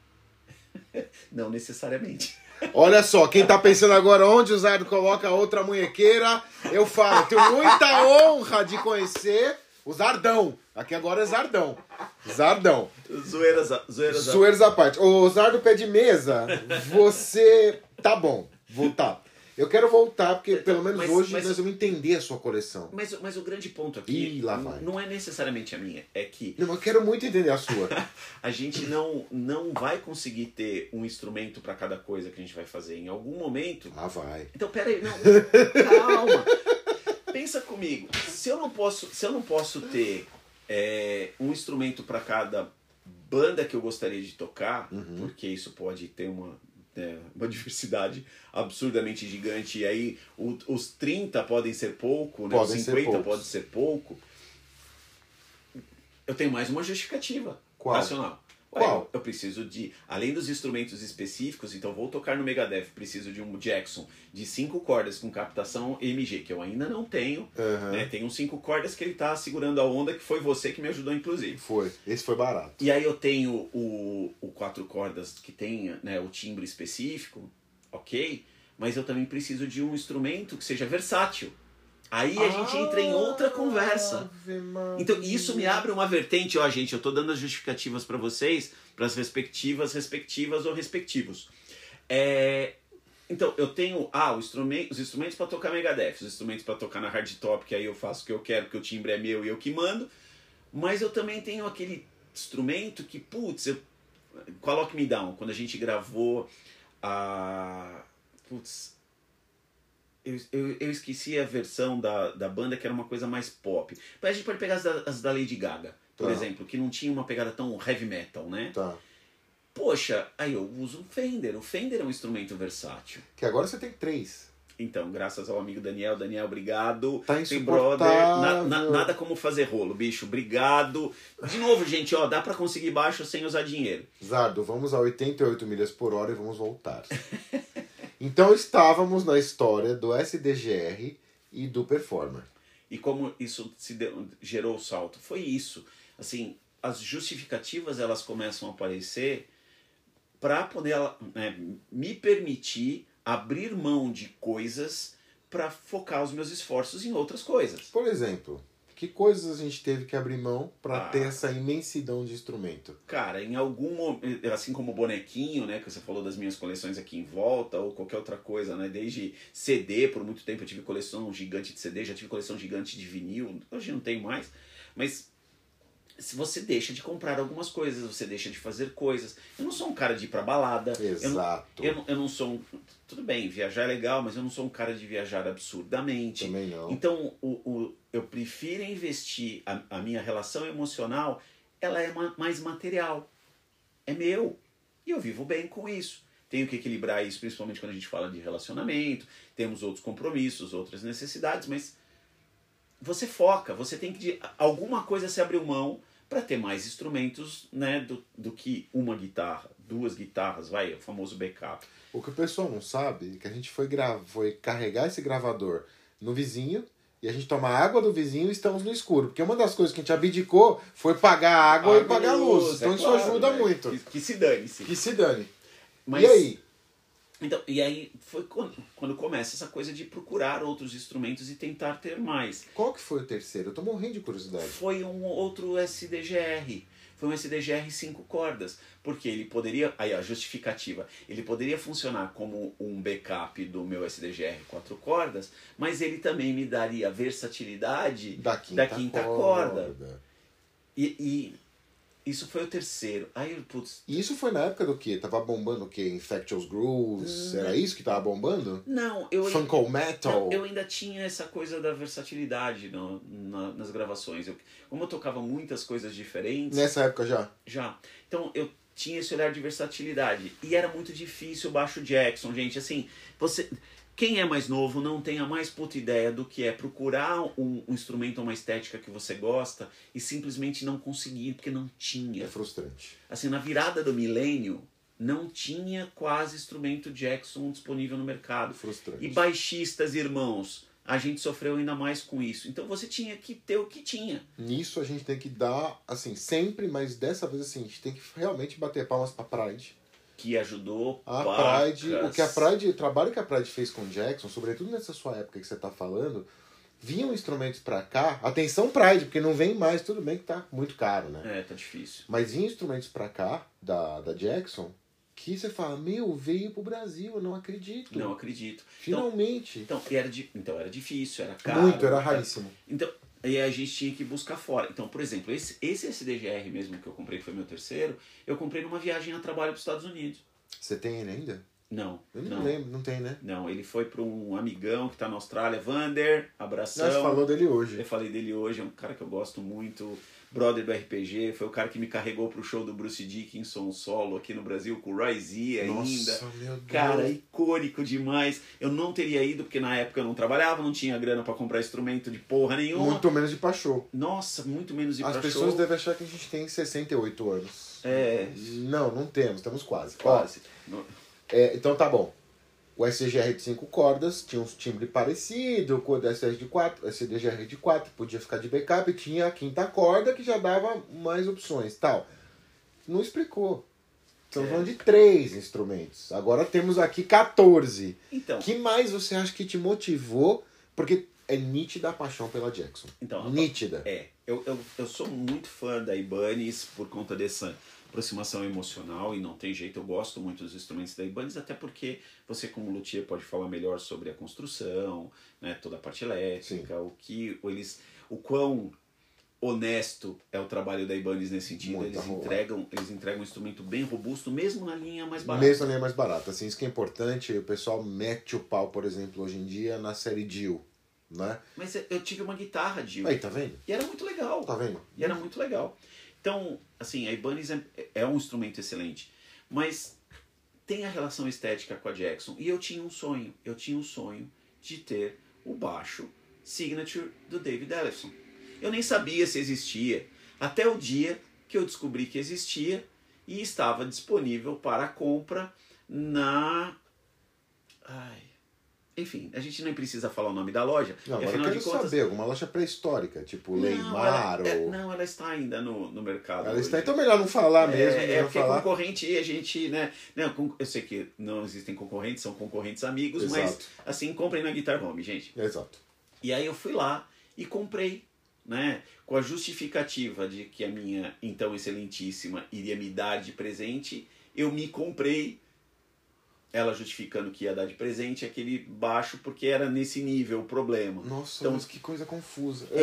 B: Não necessariamente.
A: Olha só, quem tá pensando agora onde o Zardo coloca outra munhequeira, eu falo, tenho muita honra de conhecer O Zardão. Aqui agora é Zardão. Zardão.
B: Zoeiras, a- zoeiras. a-
A: Zoeiros à parte. Ô, Zardo Pé de Mesa, você. Tá bom, voltar. Eu quero voltar, porque pelo menos
B: Então, Mas-
A: hoje
B: mas-
A: nós vamos entender a sua coleção.
B: Mas, mas o grande ponto aqui
A: Ih, lá vai.
B: não é necessariamente a minha, é que
A: Não, eu quero muito entender a sua.
B: a gente não, não vai conseguir ter um instrumento para cada coisa que a gente vai fazer. Em algum momento.
A: Lá vai.
B: Então, peraí, não. Calma. Pensa comigo. Se eu não posso, se eu não posso ter é, um instrumento para cada banda que eu gostaria de tocar,
A: Uhum.
B: porque isso pode ter uma, né, uma diversidade absurdamente gigante, e aí o- os 30 podem ser pouco, né?
A: Podem
B: os
A: ser
B: 50
A: poucos.
B: pode ser pouco. Eu tenho mais uma justificativa
A: Qual?
B: racional. Ué,
A: Qual?
B: Eu, eu preciso de, além dos instrumentos específicos, então vou tocar no Megadeth, preciso de um Jackson de cinco cordas com captação MG, que eu ainda não tenho.
A: Aham.
B: Né? Tem uns cinco cordas que ele tá segurando a onda, que foi você que me ajudou, inclusive.
A: Foi. Esse foi barato.
B: E aí eu tenho o, o quatro cordas que tem né, o timbre específico, ok? Mas eu também preciso de um instrumento que seja versátil. Aí a gente entra em outra
A: Ah,
B: conversa.
A: Ave Maria.
B: Então, isso
A: Uhum.
B: me abre uma vertente, ó, gente, eu tô dando as justificativas para vocês, para as respectivas, respectivas ou respectivos. É, então, eu tenho ah, o instrumen- os instrumentos para tocar Megadeth, os instrumentos para tocar na hard top, que aí eu faço o que eu quero, que o timbre é meu e eu que mando. Mas eu também tenho aquele instrumento que, putz, eu Coloque Me Down, quando a gente gravou a. Putz. Eu, eu, eu esqueci a versão da, da banda que era uma coisa mais pop. Mas a gente pode pegar as da, as da Lady Gaga, por
A: Tá.
B: exemplo, que não tinha uma pegada tão heavy metal, né?
A: Tá.
B: Poxa, aí eu uso o Fender. O Fender é um instrumento versátil.
A: Que agora você tem três.
B: Então, graças ao amigo Daniel. Daniel, obrigado.
A: Tá
B: Tem brother. Na- na-
A: insuportável.
B: nada como fazer rolo, bicho. Obrigado. De novo, gente, ó, dá pra conseguir baixo sem usar dinheiro.
A: Zardo, vamos a 88 milhas por hora e vamos voltar. então estávamos na história do SDGR e do Performer.
B: E como isso se deu- gerou o salto? Foi isso. Assim, as justificativas elas começam a aparecer para poder né, me permitir abrir mão de coisas para focar os meus esforços em outras coisas.
A: Por exemplo, que coisas a gente teve que abrir mão para
B: Ah.
A: ter essa imensidão de instrumento?
B: Cara, em algum momento, assim como o bonequinho, né, que você falou das minhas coleções aqui em volta, ou qualquer outra coisa, né, desde CD, por muito tempo eu tive coleção gigante de CD, já tive coleção gigante de vinil, hoje não tem mais, mas se você deixa de comprar algumas coisas, você deixa de fazer coisas. Eu não sou um cara de ir pra balada, eu não,
A: Exato.
B: eu, não- eu não sou um, tudo bem, viajar é legal, mas eu não sou um cara de viajar absurdamente.
A: Também não.
B: Então, o, o, eu prefiro investir a, a minha relação emocional, ela é ma- mais material. É meu. E eu vivo bem com isso. Tenho que equilibrar isso, principalmente quando a gente fala de relacionamento, temos outros compromissos, outras necessidades, mas você foca, você tem que. de- Alguma coisa se abriu mão para ter mais instrumentos né, do, do que uma guitarra, duas guitarras, vai, o famoso backup.
A: O que o pessoal não sabe é que a gente foi, gra... foi carregar esse gravador no vizinho e a gente toma a água do vizinho e estamos no escuro. Porque uma das coisas que a gente abdicou foi pagar a água, e pagar a luz. então
B: é
A: isso
B: claro,
A: ajuda
B: né?
A: muito.
B: Que, que se dane-se.
A: Que se dane.
B: Mas-
A: E aí?
B: Então, e aí foi quando, quando começa essa coisa de procurar outros instrumentos e tentar ter mais.
A: Qual que foi o terceiro? Eu tô morrendo de curiosidade.
B: Foi um outro SDGR. Foi um SDGR cinco cordas. Porque ele poderia. Aí, a justificativa. Ele poderia funcionar como um backup do meu SDGR quatro cordas, mas ele também me daria versatilidade
A: Da quinta,
B: Da quinta corda. e. e isso foi o terceiro. Aí, putz,
A: E isso foi na época do quê? Tava bombando o quê? Infectious
B: Hum.
A: Grooves? Era isso que tava bombando?
B: não, eu.
A: Funko Metal?
B: Eu, eu ainda tinha essa coisa da versatilidade no- na- nas gravações. Eu- como eu tocava muitas coisas diferentes,
A: Nessa época já?
B: já. Então eu tinha esse olhar de versatilidade. E era muito difícil o baixo Jackson, gente. Assim, você. Quem é mais novo não tem a mais puta ideia do que é procurar um, um instrumento ou uma estética que você gosta e simplesmente não conseguir, porque não
A: É
B: tinha.
A: frustrante.
B: Assim, na virada do milênio, não tinha quase instrumento Jackson disponível no mercado.
A: Frustrante.
B: E baixistas, irmãos, a gente sofreu ainda mais com isso. Então você tinha que ter o que tinha.
A: Nisso a gente tem que dar, assim, sempre, mas dessa vez assim, a gente tem que realmente bater palmas pra Pride.
B: Que ajudou
A: A
B: pacas.
A: Pride, o que a Pride, o trabalho que a Pride fez com o Jackson, sobretudo nessa sua época que você tá falando, vinham instrumentos para cá, atenção Pride, porque não vem mais, tudo bem que tá muito caro, né?
B: É, tá difícil.
A: Mas vinham instrumentos para cá, da, da Jackson, que você fala, meu, veio pro Brasil, eu não acredito.
B: Não acredito. Então,
A: Finalmente.
B: então, era, di- então era difícil, era caro.
A: Muito, era raríssimo.
B: Então, e a gente tinha que buscar fora. Então, por exemplo, esse, esse SDGR mesmo que eu comprei, que foi meu terceiro, eu comprei numa viagem a trabalho para os Estados Unidos.
A: Você tem ele ainda?
B: Não,
A: Eu não,
B: não.
A: lembro, não tem, né?
B: Não, ele foi para um amigão que tá na Austrália, Vander, abração.
A: Nós falou dele
B: Eu
A: hoje.
B: falei dele hoje, é um cara que eu gosto muito, brother do RPG, foi o cara que me carregou pro show do Bruce Dickinson solo aqui no Brasil, com o Rise é ainda.
A: Nossa, meu Deus.
B: Cara, icônico demais. Eu não teria ido porque na época eu não trabalhava, não tinha grana pra comprar instrumento de porra nenhuma.
A: Muito menos de Pachô.
B: Nossa, muito menos ir
A: As
B: pra
A: pessoas
B: show.
A: devem achar que a gente tem 68 anos.
B: É,
A: Não, não temos, temos quase. Ó,
B: quase. No-
A: É, então tá bom. O SDGR de 5 cordas tinha uns timbre parecido com o do SDGR de 4, SDGR de 4 podia ficar de backup, e tinha a quinta corda que já dava mais opções, tal. Não explicou. Estamos
B: É.
A: falando de três instrumentos. Agora temos aqui 14.
B: Então,
A: que mais você acha que te motivou? Porque é nítida a paixão pela Jackson.
B: então
A: Nítida.
B: É, eu, eu, eu sou muito fã da Ibanez por conta dessa aproximação emocional e não tem jeito, eu gosto muito dos instrumentos da Ibanez, até porque você como luthier pode falar melhor sobre a construção, né, toda a parte elétrica, o que o eles, o quão honesto é o trabalho da Ibanez nesse sentido,
A: Muito
B: eles
A: arrumado.
B: entregam, eles entregam um instrumento bem robusto, mesmo na linha mais barata.
A: Mesmo nem mais barata. Assim, isso que é importante, o pessoal mete o pau, por exemplo, hoje em dia na série Jill, né?
B: Mas eu- eu tive uma guitarra, Gil,
A: Aí, tá vendo?
B: e era muito legal.
A: Tá vendo?
B: E era muito legal. Então, assim, a Ibanez é, é um instrumento excelente, mas tem a relação estética com a Jackson. E eu tinha um sonho, eu tinha um sonho de ter o baixo signature do David Ellison. Eu nem sabia se existia, até o dia que eu descobri que existia e estava disponível para compra na... Ai... Enfim, a gente nem precisa falar o nome da loja.
A: Não, agora
B: e
A: eu
B: afinal
A: quero
B: de contas,
A: saber, alguma loja pré-histórica, tipo
B: ela,
A: Leymar
B: é,
A: ou...
B: não, ela está ainda no, no mercado.
A: Ela está...
B: hoje.
A: Então melhor não falar
B: É,
A: mesmo,
B: é
A: melhor não
B: porque
A: falar.
B: concorrente e a gente, né? Não, con- eu sei que não existem concorrentes, são concorrentes amigos, mas
A: Exato,
B: assim, comprem na Guitar Home, gente.
A: exato.
B: E aí eu fui lá e comprei, né? Com a justificativa de que a minha então excelentíssima iria me dar de presente, eu me comprei. Ela justificando que ia dar de presente aquele baixo, porque era nesse nível o problema.
A: Nossa,
B: Então-
A: mas que coisa confusa. É.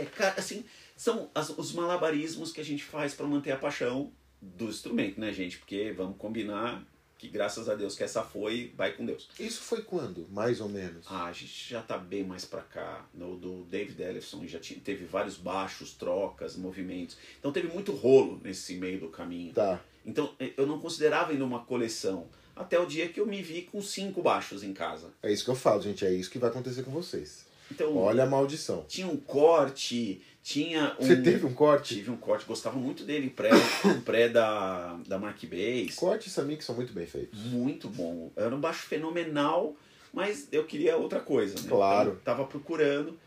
B: É, cara, assim, são as- os malabarismos que a gente faz pra manter a paixão do instrumento, né, gente? Porque vamos combinar que graças a Deus que essa foi, vai com Deus.
A: É, Isso foi quando, mais ou menos?
B: Ah, a gente já tá bem mais pra cá. No do David Ellison já tinha, teve vários baixos, trocas, movimentos. Então teve muito rolo nesse meio do caminho.
A: Tá.
B: Então eh, eu não considerava ainda uma coleção. Até o dia que eu me vi com cinco baixos em casa.
A: É isso que eu falo, gente. É isso que vai acontecer com vocês.
B: Então
A: Olha a maldição.
B: tinha um corte, tinha um.
A: Você teve um corte?
B: Tive um corte, gostava muito dele, o pré, o pré da, da Mark Bass.
A: Corte e Samir que são muito bem feitos.
B: Muito bom. Era um baixo fenomenal, mas eu queria outra coisa, né?
A: Claro.
B: Então, tava procurando.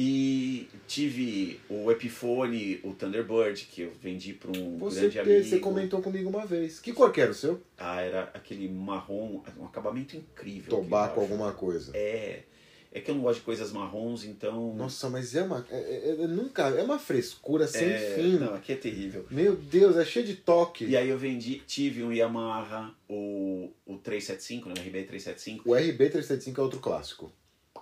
B: E tive o Epiphone, o Thunderbird, que eu vendi para um
A: Você,
B: grande
A: teve,
B: amigo.
A: você comentou comigo uma vez. Que cor que era o seu?
B: Ah, era aquele marrom, um acabamento incrível. aquele
A: Tobaco,
B: baixo.
A: alguma coisa.
B: É. É que eu não gosto de coisas marrons, então.
A: Nossa, mas é uma. é- é- é- nunca. É uma frescura sem
B: é,
A: fim.
B: Não, aqui é terrível.
A: Meu Deus, é cheio de toque.
B: E aí eu vendi, tive um Yamaha, o, o 375, né, o RB375,
A: O RB375 é outro clássico.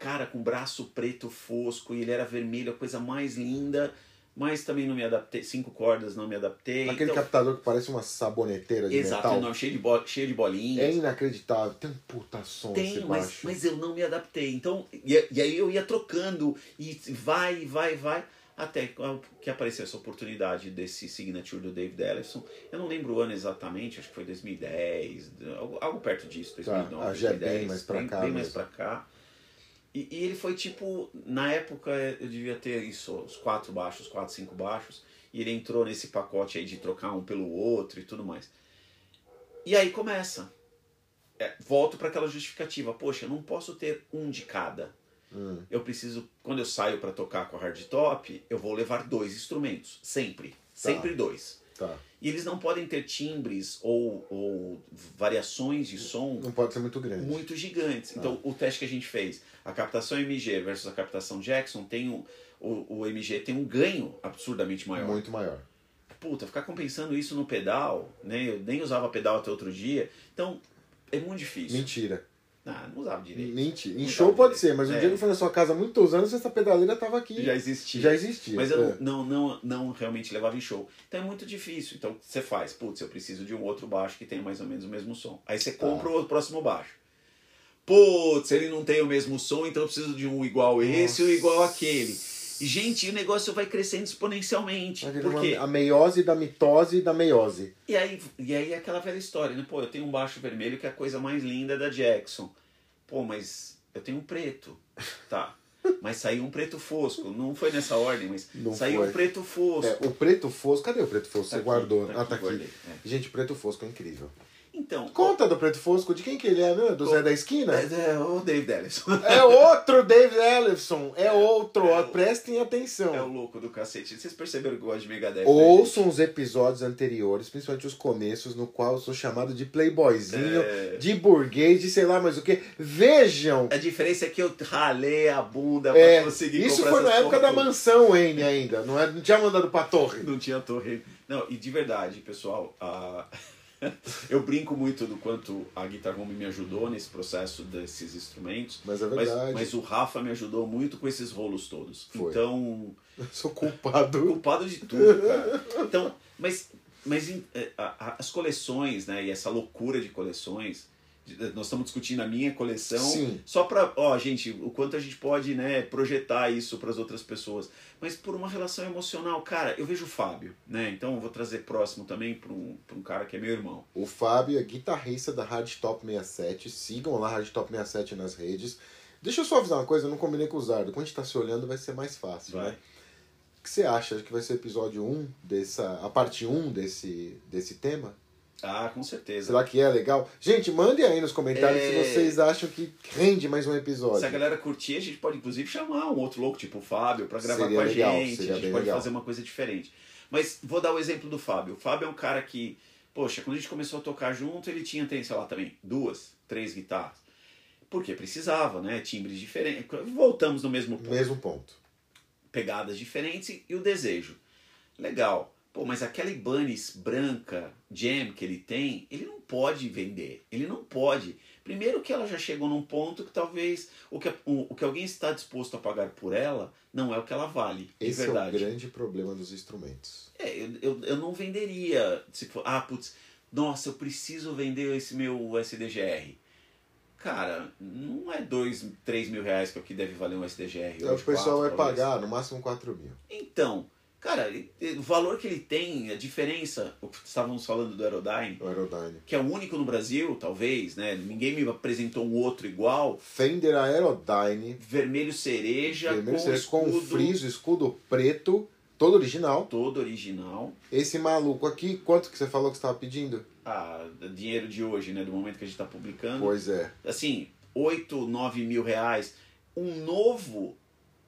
B: cara, com braço preto fosco, e ele era vermelho, a coisa mais linda, mas também não me adaptei, cinco cordas não me adaptei.
A: Aquele
B: então,
A: captador que parece uma saboneteira de
B: exato,
A: metal.
B: enorme, cheio de, bo- cheio de bolinhas.
A: É inacreditável. Tem um puta som esse
B: Tenho, mas,
A: baixo.
B: mas eu não me adaptei. Então, e, e aí eu ia trocando, e vai, vai, vai, até que apareceu essa oportunidade desse signature do David Ellison. Eu não lembro o ano exatamente, acho que foi 2010, algo, algo perto disso, 2009,
A: ah, já é bem
B: 2010.
A: mais pra
B: bem,
A: cá
B: bem mais
A: mesmo.
B: pra cá. E, e ele foi tipo, na época eu devia ter isso, os quatro baixos, quatro, cinco baixos, e ele entrou nesse pacote aí de trocar um pelo outro e tudo mais. E aí começa. É, volto para aquela justificativa. Poxa, eu não posso ter um de cada.
A: Hum.
B: Eu preciso, quando eu saio para tocar com a hard top, eu vou levar dois instrumentos, sempre, sempre dois.
A: Tá.
B: E eles não podem ter timbres ou, ou variações de som
A: Não pode ser muito grande.
B: muito gigantes.
A: Tá.
B: Então, o teste que a gente fez, a captação MG versus a captação Jackson, tem um, o, o MG tem um ganho absurdamente maior.
A: Muito maior.
B: Puta, ficar compensando isso no pedal, né? Eu nem usava pedal até outro dia. Então, é muito difícil.
A: Mentira.
B: Ah, não usava direito.
A: Mentira. Em
B: Não
A: show
B: dá
A: pode
B: direito.
A: ser, mas um
B: É.
A: dia que eu fui na sua casa há muitos anos, essa pedaleira tava aqui.
B: Já existia.
A: Já existia.
B: Mas eu
A: É.
B: não, não, não realmente levava em show. Então é muito difícil. Então você faz, putz, eu preciso de um outro baixo que tenha mais ou menos o mesmo som. Aí
A: Tá.
B: você compra o próximo baixo. Putz, ele não tem o mesmo som, então eu preciso de um igual esse ou
A: Nossa.
B: igual aquele. E, Gente, o negócio vai crescendo exponencialmente.
A: Aquele
B: Por
A: uma-
B: quê?
A: A meiose da mitose e da meiose.
B: E aí, e aí é aquela velha história, né? Pô, eu tenho um baixo vermelho que é a coisa mais linda da Jackson. Pô, mas eu tenho um preto. Tá. Mas saiu um preto fosco. Não foi nessa ordem, mas
A: Não
B: saiu
A: foi.
B: um preto fosco.
A: É, o preto fosco, cadê o preto fosco?
B: Tá
A: Você
B: aqui,
A: guardou.
B: tá
A: ah, tá
B: aqui,
A: aqui.
B: guardei, é.
A: Gente, preto fosco é incrível.
B: Então.
A: Conta do preto fosco, de quem que ele é, né? Do
B: Co-
A: Zé da Esquina?
B: É, é o David Ellison.
A: É outro David Ellison, é outro,
B: É
A: ó,
B: o-
A: prestem
B: É o
A: atenção.
B: louco do cacete. Vocês perceberam que eu gosto de Megadeth? né,
A: Ouçam os episódios anteriores, principalmente os começos, no qual eu sou chamado de playboyzinho,
B: É.
A: de burguês, de sei lá mais o que. Vejam!
B: gente? A diferença é que eu ralei a bunda pra
A: É,
B: conseguir
A: isso
B: comprar
A: foi na
B: essas
A: época da
B: porra toda.
A: mansão N ainda, não, é, não tinha mandado pra torre.
B: Não tinha torre. Não, e de verdade, pessoal, a- eu brinco muito do quanto a Guitar Home me ajudou nesse processo desses instrumentos.
A: Mas é
B: Mas,
A: verdade,
B: mas o Rafa me ajudou muito com esses rolos todos.
A: Foi.
B: Então,
A: eu sou culpado.
B: culpado de tudo, cara. Então, mas, mas em- eh, a- a- as coleções, né? E essa loucura de coleções. de- eh, Nós estamos discutindo a minha coleção
A: Sim.
B: só para, ó, gente, o quanto a gente pode, né, projetar isso para as outras pessoas. Mas por uma relação emocional, cara, eu vejo o Fábio, né? Então eu vou trazer próximo também para um, pra um cara que é meu irmão.
A: O Fábio é guitarrista da Hardtop 67. Sigam lá Hardtop 67 nas redes. Deixa eu só avisar uma coisa, eu não combinei com o Zardo. Quando a gente tá se olhando, vai ser mais fácil, né?
B: Vai.
A: O que você acha que vai ser o episódio 1 dessa. a parte 1 desse, desse tema?
B: Ah, com certeza.
A: Será que é legal? Gente, mandem aí nos comentários
B: É.
A: se vocês acham que rende mais um episódio.
B: Se a galera curtir, a gente pode inclusive chamar um outro louco, tipo o Fábio, pra gravar
A: Seria
B: com a
A: legal,
B: gente.
A: seria
B: A gente
A: bem
B: pode
A: legal.
B: fazer uma coisa diferente. Mas vou dar o exemplo do Fábio. O Fábio é um cara que, poxa, quando a gente começou a tocar junto, ele tinha, tem, sei lá, também duas, três guitarras. Porque precisava, né? Timbres diferentes. Voltamos no mesmo ponto.
A: Mesmo ponto.
B: Pegadas diferentes e o desejo. Legal. Pô, mas aquela Ibanez branca, jam que ele tem, ele não pode vender. Ele não pode. Primeiro que ela já chegou num ponto que talvez o que, o, o que alguém está disposto a pagar por ela não é o que ela vale. De
A: Esse
B: verdade.
A: é o grande problema dos instrumentos.
B: É, eu, eu, eu não venderia. Se for, ah, putz, nossa, eu preciso vender esse meu SDGR. Cara, não é dois, três mil reais que é o que deve valer um SDGR.
A: Então,
B: hoje,
A: o pessoal vai
B: quatro, talvez.
A: pagar no máximo 4 mil.
B: Então, cara, ele- o valor que ele tem, a diferença, o que estávamos falando do Aerodyne,
A: O Aerodyne.
B: que é o único no Brasil, talvez, né? Ninguém me apresentou um outro igual.
A: Fender Aerodyne.
B: Vermelho cereja,
A: Primeiro
B: com,
A: seria com
B: escudo
A: friso, escudo preto, todo original.
B: todo original.
A: Esse maluco aqui, quanto que você falou que você estava pedindo?
B: Ah, dinheiro de hoje, né? Do momento que a gente está publicando.
A: Pois é.
B: assim, 8, 9 mil reais. Um novo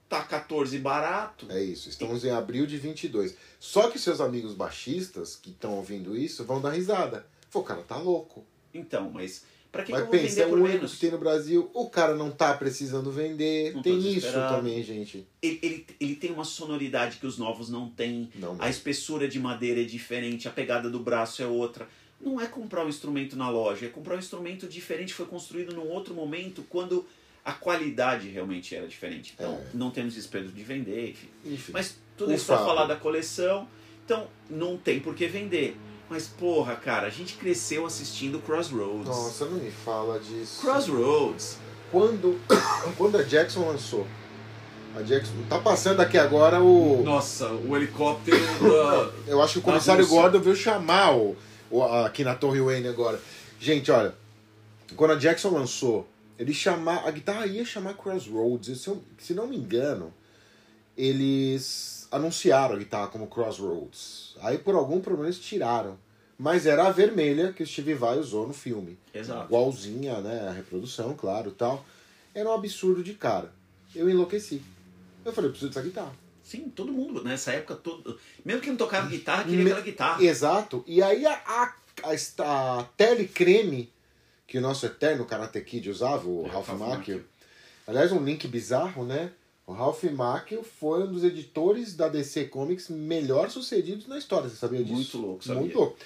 B: tá 14 barato.
A: É isso, estamos em abril de 22. Só que seus amigos baixistas que estão ouvindo isso vão dar risada. Pô, o cara tá louco.
B: Então, mas pra que, que eu
A: Mas
B: vou
A: pensa, é
B: vender
A: o
B: por
A: único
B: menos?
A: que tem no Brasil, o cara não tá precisando vender.
B: Não tô
A: tem isso
B: desesperado.
A: também, gente.
B: Ele, ele, ele tem uma sonoridade que os novos não têm.
A: Não,
B: A espessura de madeira é diferente, a pegada do braço é outra. Não é comprar um instrumento na loja, é comprar um instrumento diferente, foi construído num outro momento, quando a qualidade realmente era diferente. Então,
A: É.
B: não temos desespero de vender, enfim.
A: enfim.
B: Mas tudo
A: O
B: isso pra
A: Fábio.
B: falar da coleção, então não tem por que vender. Mas porra, cara, a gente cresceu assistindo Crossroads.
A: Nossa, não me fala disso.
B: Crossroads.
A: Quando, quando a Jackson lançou, a Jackson. Tá passando aqui agora o.
B: Nossa, o helicóptero.
A: Eu acho que o
B: Na
A: comissário
B: Rússia.
A: Gordon veio chamar o, o- a- aqui na Torre Wayne agora. Gente, olha, quando a Jackson lançou, ele chamar a guitarra ia chamar Crossroads. Se, eu- se não me engano, eles anunciaram a guitarra como Crossroads. Aí por algum problema eles tiraram. Mas era a vermelha que o Steve Vai usou no filme
B: Exato.
A: igualzinha, né? A reprodução, claro, tal. Era um absurdo de cara. Eu enlouqueci. Eu falei, eu preciso dessa guitarra.
B: Sim, todo mundo, nessa época, todo... mesmo que não tocava guitarra, queria
A: Me-
B: aquela guitarra.
A: Exato. E aí a, a, a, esta- a telecreme que o nosso eterno Karate Kid usava, o
B: É,
A: Ralph
B: Ralph
A: Macchio.
B: Macchio.
A: Aliás, um link bizarro, né? O Ralph Macchio foi um dos editores da DC Comics melhor sucedidos na história. Você sabia disso?
B: Muito louco, sabia.
A: Muito louco.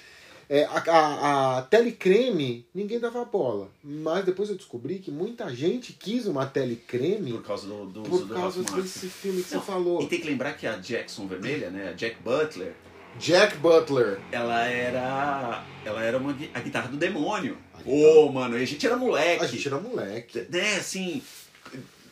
A: É, a, a, a telecreme, ninguém dava bola. Mas depois eu descobri que muita gente quis uma telecreme
B: Por causa do, do
A: por,
B: uso do Ralph
A: causa
B: Macchio.
A: desse filme que
B: Não,
A: você falou.
B: E tem que lembrar que a Jackson Vermelha, né, a Jack Butler,
A: Jack Butler.
B: ela era ela era uma, gui- a guitarra do demônio.
A: A guitarra.
B: Ô, mano, e a gente era moleque.
A: A gente era moleque.
B: Né, assim,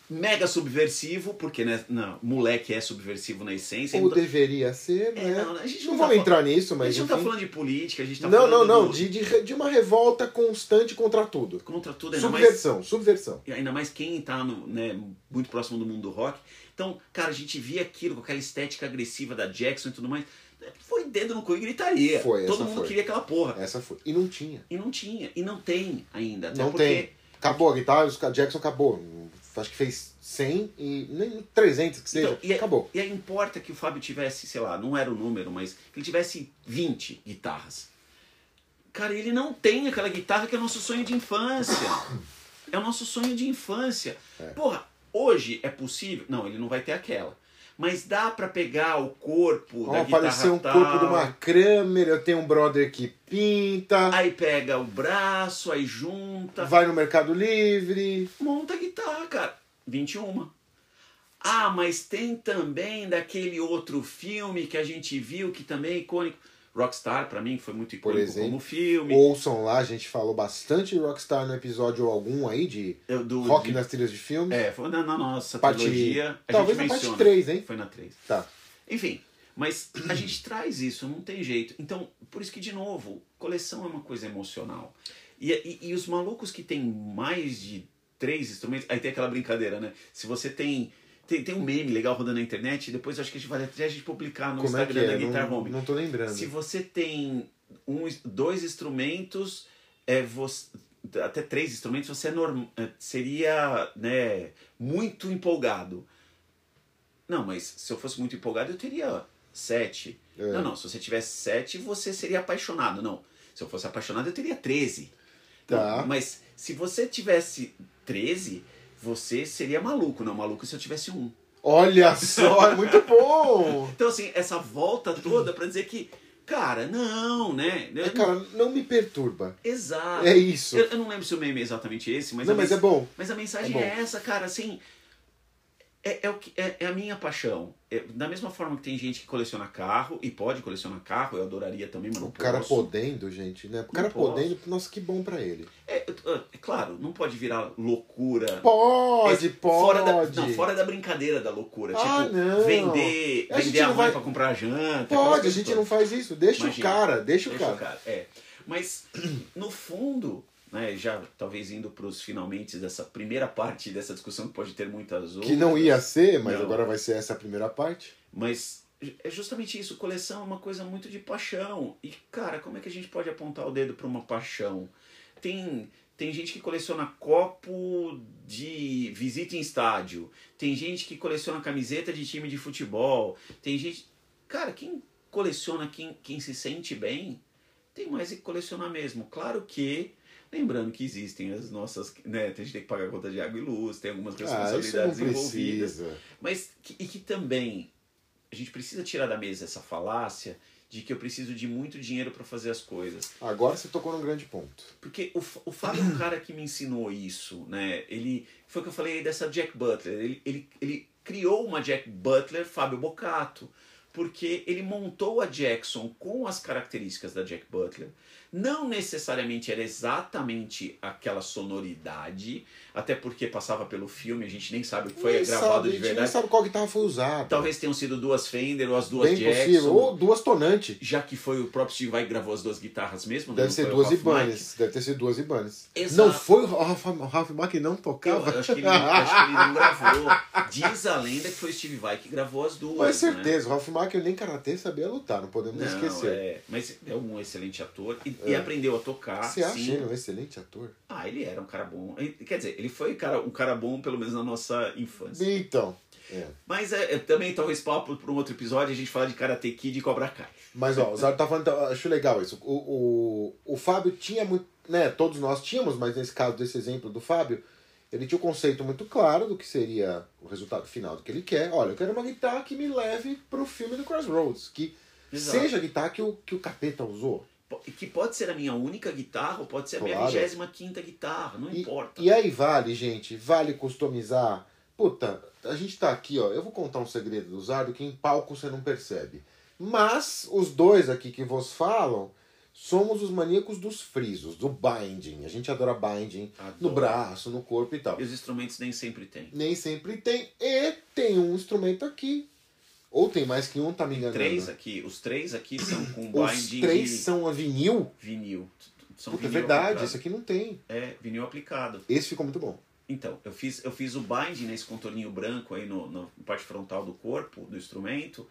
B: mega subversivo, porque, né, não, moleque é subversivo na essência.
A: Ou
B: então-
A: deveria ser,
B: é,
A: né?
B: não, a gente
A: Não
B: não,
A: vou
B: tá fal-
A: entrar nisso,
B: A
A: mas.
B: gente não tá
A: enfim.
B: falando de política, a gente tá
A: não, não,
B: falando
A: não.
B: do-
A: De, de, re- de uma revolta constante contra tudo.
B: contra tudo, é ainda mais
A: Subversão, subversão.
B: E ainda mais quem tá no, né, muito próximo do mundo do rock. Então, cara, a gente via aquilo com aquela estética agressiva da Jackson e tudo mais. Foi dedo no cu e gritaria.
A: Foi, essa
B: Todo mundo
A: foi.
B: queria aquela porra.
A: Essa foi. E não tinha.
B: E não tinha. E não tem ainda. Até
A: Não
B: porque
A: tem. Acabou a guitarra, os- a Jackson acabou. Acho que fez 100 e. nem 300 que seja.
B: Então, e é-
A: acabou.
B: E aí importa que o Fábio tivesse, sei lá, não era o número, mas que ele tivesse 20 guitarras. Cara, ele não tem aquela guitarra que é o nosso sonho de infância. É o nosso sonho de infância.
A: É.
B: Porra, hoje é possível. Não, ele não vai ter aquela. Mas dá pra pegar o corpo
A: Ó,
B: da guitarra. tá
A: apareceu um
B: tal,
A: corpo de uma Kramer, eu tenho um brother que pinta,
B: Aí tá. pega o braço, aí junta.
A: vai no Mercado Livre.
B: monta a guitarra, cara. 21. Ah, mas tem também daquele outro filme que a gente viu que também é icônico. Rockstar, pra mim, foi muito
A: Por
B: icônico
A: exemplo.
B: como filme.
A: Ouçam lá, a gente falou bastante de Rockstar no episódio algum aí, de
B: Eu- do-
A: rock
B: de-
A: nas trilhas de filme.
B: É, foi na, na nossa
A: Parte-
B: trilogia. A
A: Talvez
B: gente
A: na
B: menciona.
A: parte 3, hein?
B: Foi na 3.
A: Tá.
B: Enfim, mas a gente traz isso, não tem jeito. Então, por isso que, de novo, coleção é uma coisa emocional. E, e, e os malucos que tem mais de três instrumentos. Aí tem aquela brincadeira, né? Se você tem. Tem, tem um meme legal rodando na internet, depois eu acho que a gente vai até a gente publicar no
A: Como é que
B: Instagram da
A: é?
B: Guitar
A: Não,
B: Home.
A: não tô lembrando.
B: Se você tem um, dois instrumentos, é você, até três instrumentos, você é norm, é, seria né, muito empolgado. Não, mas se eu fosse muito empolgado, eu teria sete.
A: É.
B: Não, não, se você tivesse sete, você seria apaixonado. Não, se eu fosse apaixonado, eu teria 13.
A: Tá.
B: Não, mas se você tivesse 13, você seria maluco. Não, maluco se eu tivesse um.
A: Olha só, é muito bom!
B: Então, assim, essa volta toda pra dizer que, cara, não, né?
A: É, cara, não me perturba.
B: Exato.
A: É isso.
B: Ah, Eu, eu não lembro se o meme é exatamente esse, mas,
A: não,
B: a,
A: mas é
B: mens-
A: bom.
B: mas a mensagem
A: é bom.
B: é, essa, cara, assim. É, é o que, é, é a minha paixão. É, da mesma forma que tem gente que coleciona carro, e pode colecionar carro, eu adoraria também, mas não
A: O cara
B: posso.
A: podendo, gente, né? O cara
B: Não posso.
A: podendo, nossa, que bom pra ele.
B: É, é, é claro, não pode virar loucura.
A: Pode,
B: É,
A: pode.
B: Fora da, não, fora da brincadeira da loucura.
A: Ah,
B: tipo,
A: não.
B: vender,
A: A gente
B: vender a
A: não
B: mãe
A: vai-
B: pra comprar janta. aquelas
A: Pode, a
B: coisas
A: gente
B: todas.
A: não faz isso. Deixa
B: Imagina.
A: o cara, deixa,
B: Deixa
A: o cara.
B: É. Mas, no fundo, né, já talvez indo para os finalmente dessa primeira parte dessa discussão, que pode ter muitas outras.
A: Que não ia ser, mas
B: Não.
A: agora vai ser essa a primeira parte.
B: Mas é justamente isso. Coleção é uma coisa muito de paixão. E, cara, como é que a gente pode apontar o dedo para uma paixão? Tem. Tem gente que coleciona copo de visita em estádio. Tem gente que coleciona camiseta de time de futebol. Tem gente. Cara, quem coleciona, quem, quem se sente bem, tem mais que colecionar mesmo. Claro que, lembrando que existem as nossas. Né, a gente tem que pagar conta de água e luz, tem algumas
A: Ah, isso não
B: responsabilidades envolvidas.
A: precisa.
B: Mas que- e que também a gente precisa tirar da mesa essa falácia de que eu preciso de muito dinheiro para fazer as coisas.
A: Agora você tocou num grande ponto.
B: Porque o, F- o Fábio é um cara que me ensinou isso, né? Ele foi o que eu falei dessa Jack Butler. Ele, ele, ele criou uma Jack Butler Fábio Bocato. Porque ele montou a Jackson com as características da Jack Butler. Não necessariamente era exatamente aquela sonoridade, até porque passava pelo filme, a gente nem sabe o que foi
A: Nem
B: gravado
A: sabe,
B: de
A: A gente
B: verdade.
A: nem sabe qual guitarra foi usada.
B: Talvez tenham sido duas Fender ou as duas
A: Bem
B: Jackson.
A: possível. Ou duas tonantes.
B: Já que foi o próprio Steve Vai que gravou as duas guitarras mesmo, né?
A: Deve
B: Não
A: ser
B: foi o
A: duas
B: Ralph Mike.
A: Ibanez. Deve ter sido duas Ibanez.
B: Exato.
A: Não foi o Ralph, o Ralph Macchio não
B: Eu,
A: tocava. Ah,
B: eu acho, que ele, não- acho que ele não gravou. Diz a lenda que foi o Steve Vai que gravou as duas.
A: Com
B: né?
A: certeza, o Ralph Michael nem karatê sabia lutar, não podemos
B: Não,
A: esquecer.
B: é, mas é um excelente ator e,
A: É.
B: e aprendeu a tocar.
A: Você acha
B: ah, sim.
A: ele um excelente ator?
B: Ah, ele era um cara bom. Ele- Quer dizer, ele foi cara, um cara bom, pelo menos na nossa infância.
A: Então, é.
B: Mas é, é também talvez papo para um outro episódio a gente fala de Karate Kid e Cobra Kai.
A: Mas ó, o Zaro tá falando, então, acho legal isso. O, o, o Fábio tinha muito, né? Todos nós tínhamos, mas nesse caso desse exemplo do Fábio, ele tinha o conceito muito claro do que seria o resultado final do que ele quer. Olha, eu quero uma guitarra que me leve pro filme do Crossroads, que
B: Exato.
A: seja a guitarra que o, que o capeta usou.
B: Po- Que pode ser a minha única guitarra ou pode ser a minha
A: Claro.
B: 25 guitarra, não
A: E,
B: importa.
A: e aí vale, gente, vale customizar. Puta, a gente tá aqui, ó. Eu vou contar um segredo do Zardo que em palco você não percebe. Mas os dois aqui que vos falam somos os maníacos dos frisos, do binding. A gente adora binding no
B: Adoro.
A: braço, no corpo e tal.
B: E os instrumentos nem sempre tem.
A: Nem sempre tem. E tem um instrumento aqui. Ou tem mais que um, tá me enganando.
B: Três aqui, os três aqui são com
A: os
B: binding
A: três
B: e
A: são a vinil?
B: vinil. São
A: Puta, é
B: vinil
A: verdade,
B: aplicado.
A: esse aqui não tem.
B: É, vinil aplicado.
A: Esse ficou muito bom.
B: Então, eu fiz, eu fiz o binding nesse contorninho branco aí no, na parte frontal do corpo, do instrumento,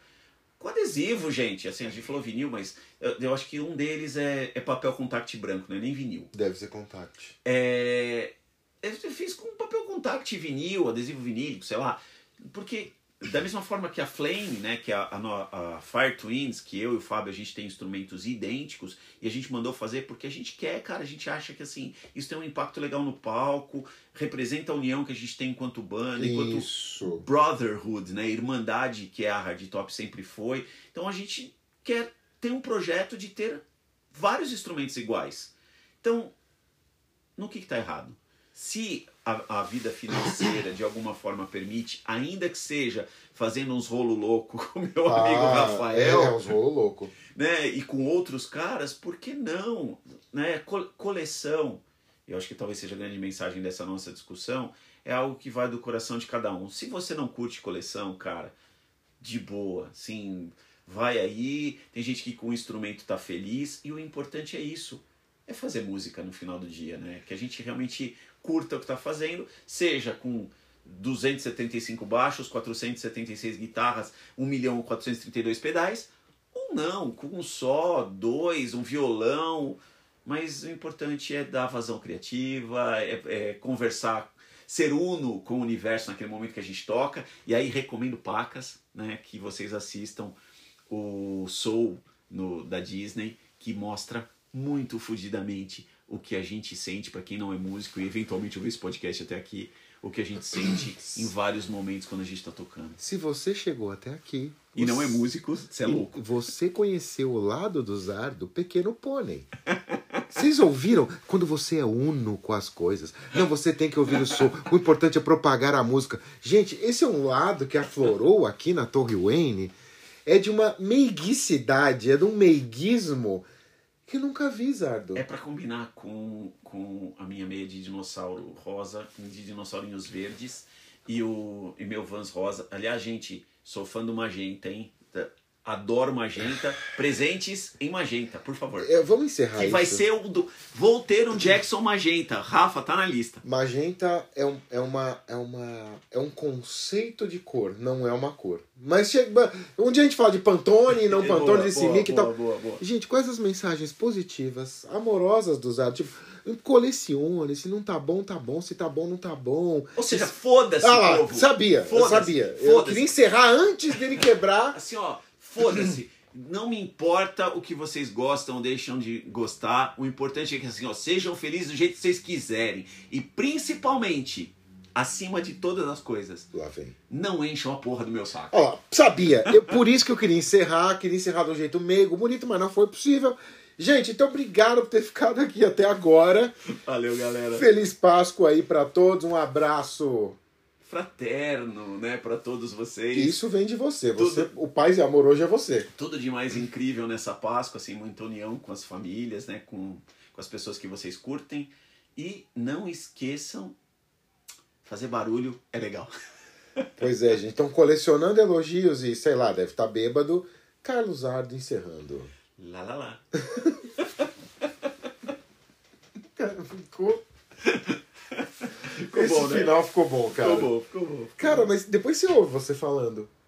B: com adesivo, gente. Assim, a gente falou vinil, mas eu, eu acho que um deles é, é papel contact branco, não é nem vinil.
A: Deve ser contact.
B: É, eu fiz com um papel contact vinil, adesivo vinílico, sei lá. Porque da mesma forma que a Flame, né, que a, a, no- a Fire Twins, que eu e o Fábio, a gente tem instrumentos idênticos e a gente mandou fazer porque a gente quer, cara, a gente acha que assim, isso tem um impacto legal no palco, representa a união que a gente tem enquanto banda, enquanto
A: Isso.
B: brotherhood, né, irmandade que a Hard Top sempre foi. Então a gente quer ter um projeto de ter vários instrumentos iguais. Então, no que está errado? Se a, a vida financeira de alguma forma permite, ainda que seja fazendo uns rolo louco com meu amigo
A: Ah,
B: Rafael,
A: É, é uns rolo louco.
B: né, e com outros caras, por que não? Né, co- coleção, eu acho que talvez seja a grande mensagem dessa nossa discussão, é algo que vai do coração de cada um. Se você não curte coleção, cara, de boa, sim, vai aí. Tem gente que com o instrumento tá feliz e o importante é isso. É fazer música no final do dia, né? Que a gente realmente curta o que tá fazendo, seja com 275 baixos, 476 guitarras, 1.432 pedais, ou não, com um só, dois, um violão. Mas o importante é dar vazão criativa, é, é conversar, ser uno com o universo naquele momento que a gente toca. E aí recomendo pacas, né? Que vocês assistam o Soul no, da Disney, que mostra muito fudidamente o que a gente sente, para quem não é músico e eventualmente ouviu esse podcast até aqui, o que a gente sente em vários momentos quando a gente tá tocando.
A: Se você chegou até aqui.
B: E não é
A: você-
B: músico, você é louco.
A: e Você conheceu o lado do zar do pequeno pônei. Vocês ouviram? Quando você é uno com as coisas. Não, você tem que ouvir o som. O importante é propagar a música. Gente, esse é um lado que aflorou aqui na Torre Wayne. É de uma meiguicidade, é de um meiguismo que eu nunca vi, Zardo.
B: É pra combinar com, com a minha meia de dinossauro rosa, de dinossaurinhos verdes e o e meu Vans rosa. Aliás, gente, sou fã do Magenta, hein? Tá- Adoro Magenta. Presentes em Magenta, por favor.
A: É, vamos encerrar
B: que
A: isso.
B: vai ser o do. Vou ter um Jackson Magenta. Rafa, tá na lista.
A: Magenta é, um, é, uma, é, uma, é um conceito de cor, não é uma cor. Mas chega, um dia a gente fala de Pantone, não
B: É,
A: Pantone, de
B: boa,
A: Simic e
B: boa,
A: tal.
B: boa, boa.
A: Gente, quais as mensagens positivas, amorosas dos artes? Tipo, colecione, se não tá bom, tá bom, se tá bom, não tá bom.
B: Ou seja, foda-se,
A: Ah lá,
B: povo.
A: sabia, eu
B: Foda-se,
A: sabia. Eu
B: foda-se.
A: queria encerrar antes dele quebrar.
B: assim, ó, foda-se. Não me importa o que vocês gostam ou deixam de gostar. O importante é que assim, ó, sejam felizes do jeito que vocês quiserem. E principalmente, acima de todas as coisas,
A: Lá vem.
B: não encham a porra do meu saco.
A: Ó, sabia. Eu, por isso que eu queria encerrar, queria encerrar de um jeito meigo, bonito, mas não foi possível. Gente, então obrigado por ter ficado aqui até agora.
B: Valeu, galera.
A: Feliz Páscoa aí pra todos, um abraço.
B: Fraterno, né, Pra todos vocês.
A: Isso vem de você. você o paz e amor hoje é você.
B: Tudo de mais incrível nessa Páscoa, assim, muita união com as famílias, né, com, com as pessoas que vocês curtem. E não esqueçam, fazer barulho é legal.
A: Pois é, gente. Então, colecionando elogios e sei lá, deve estar bêbado. Carlos Ardo encerrando.
B: Lá, lá, lá.
A: Cara, ficou.
B: Ficou
A: Esse
B: bom, né?
A: final ficou bom, cara.
B: Ficou bom, ficou bom.
A: Cara, mas depois você ouve você falando.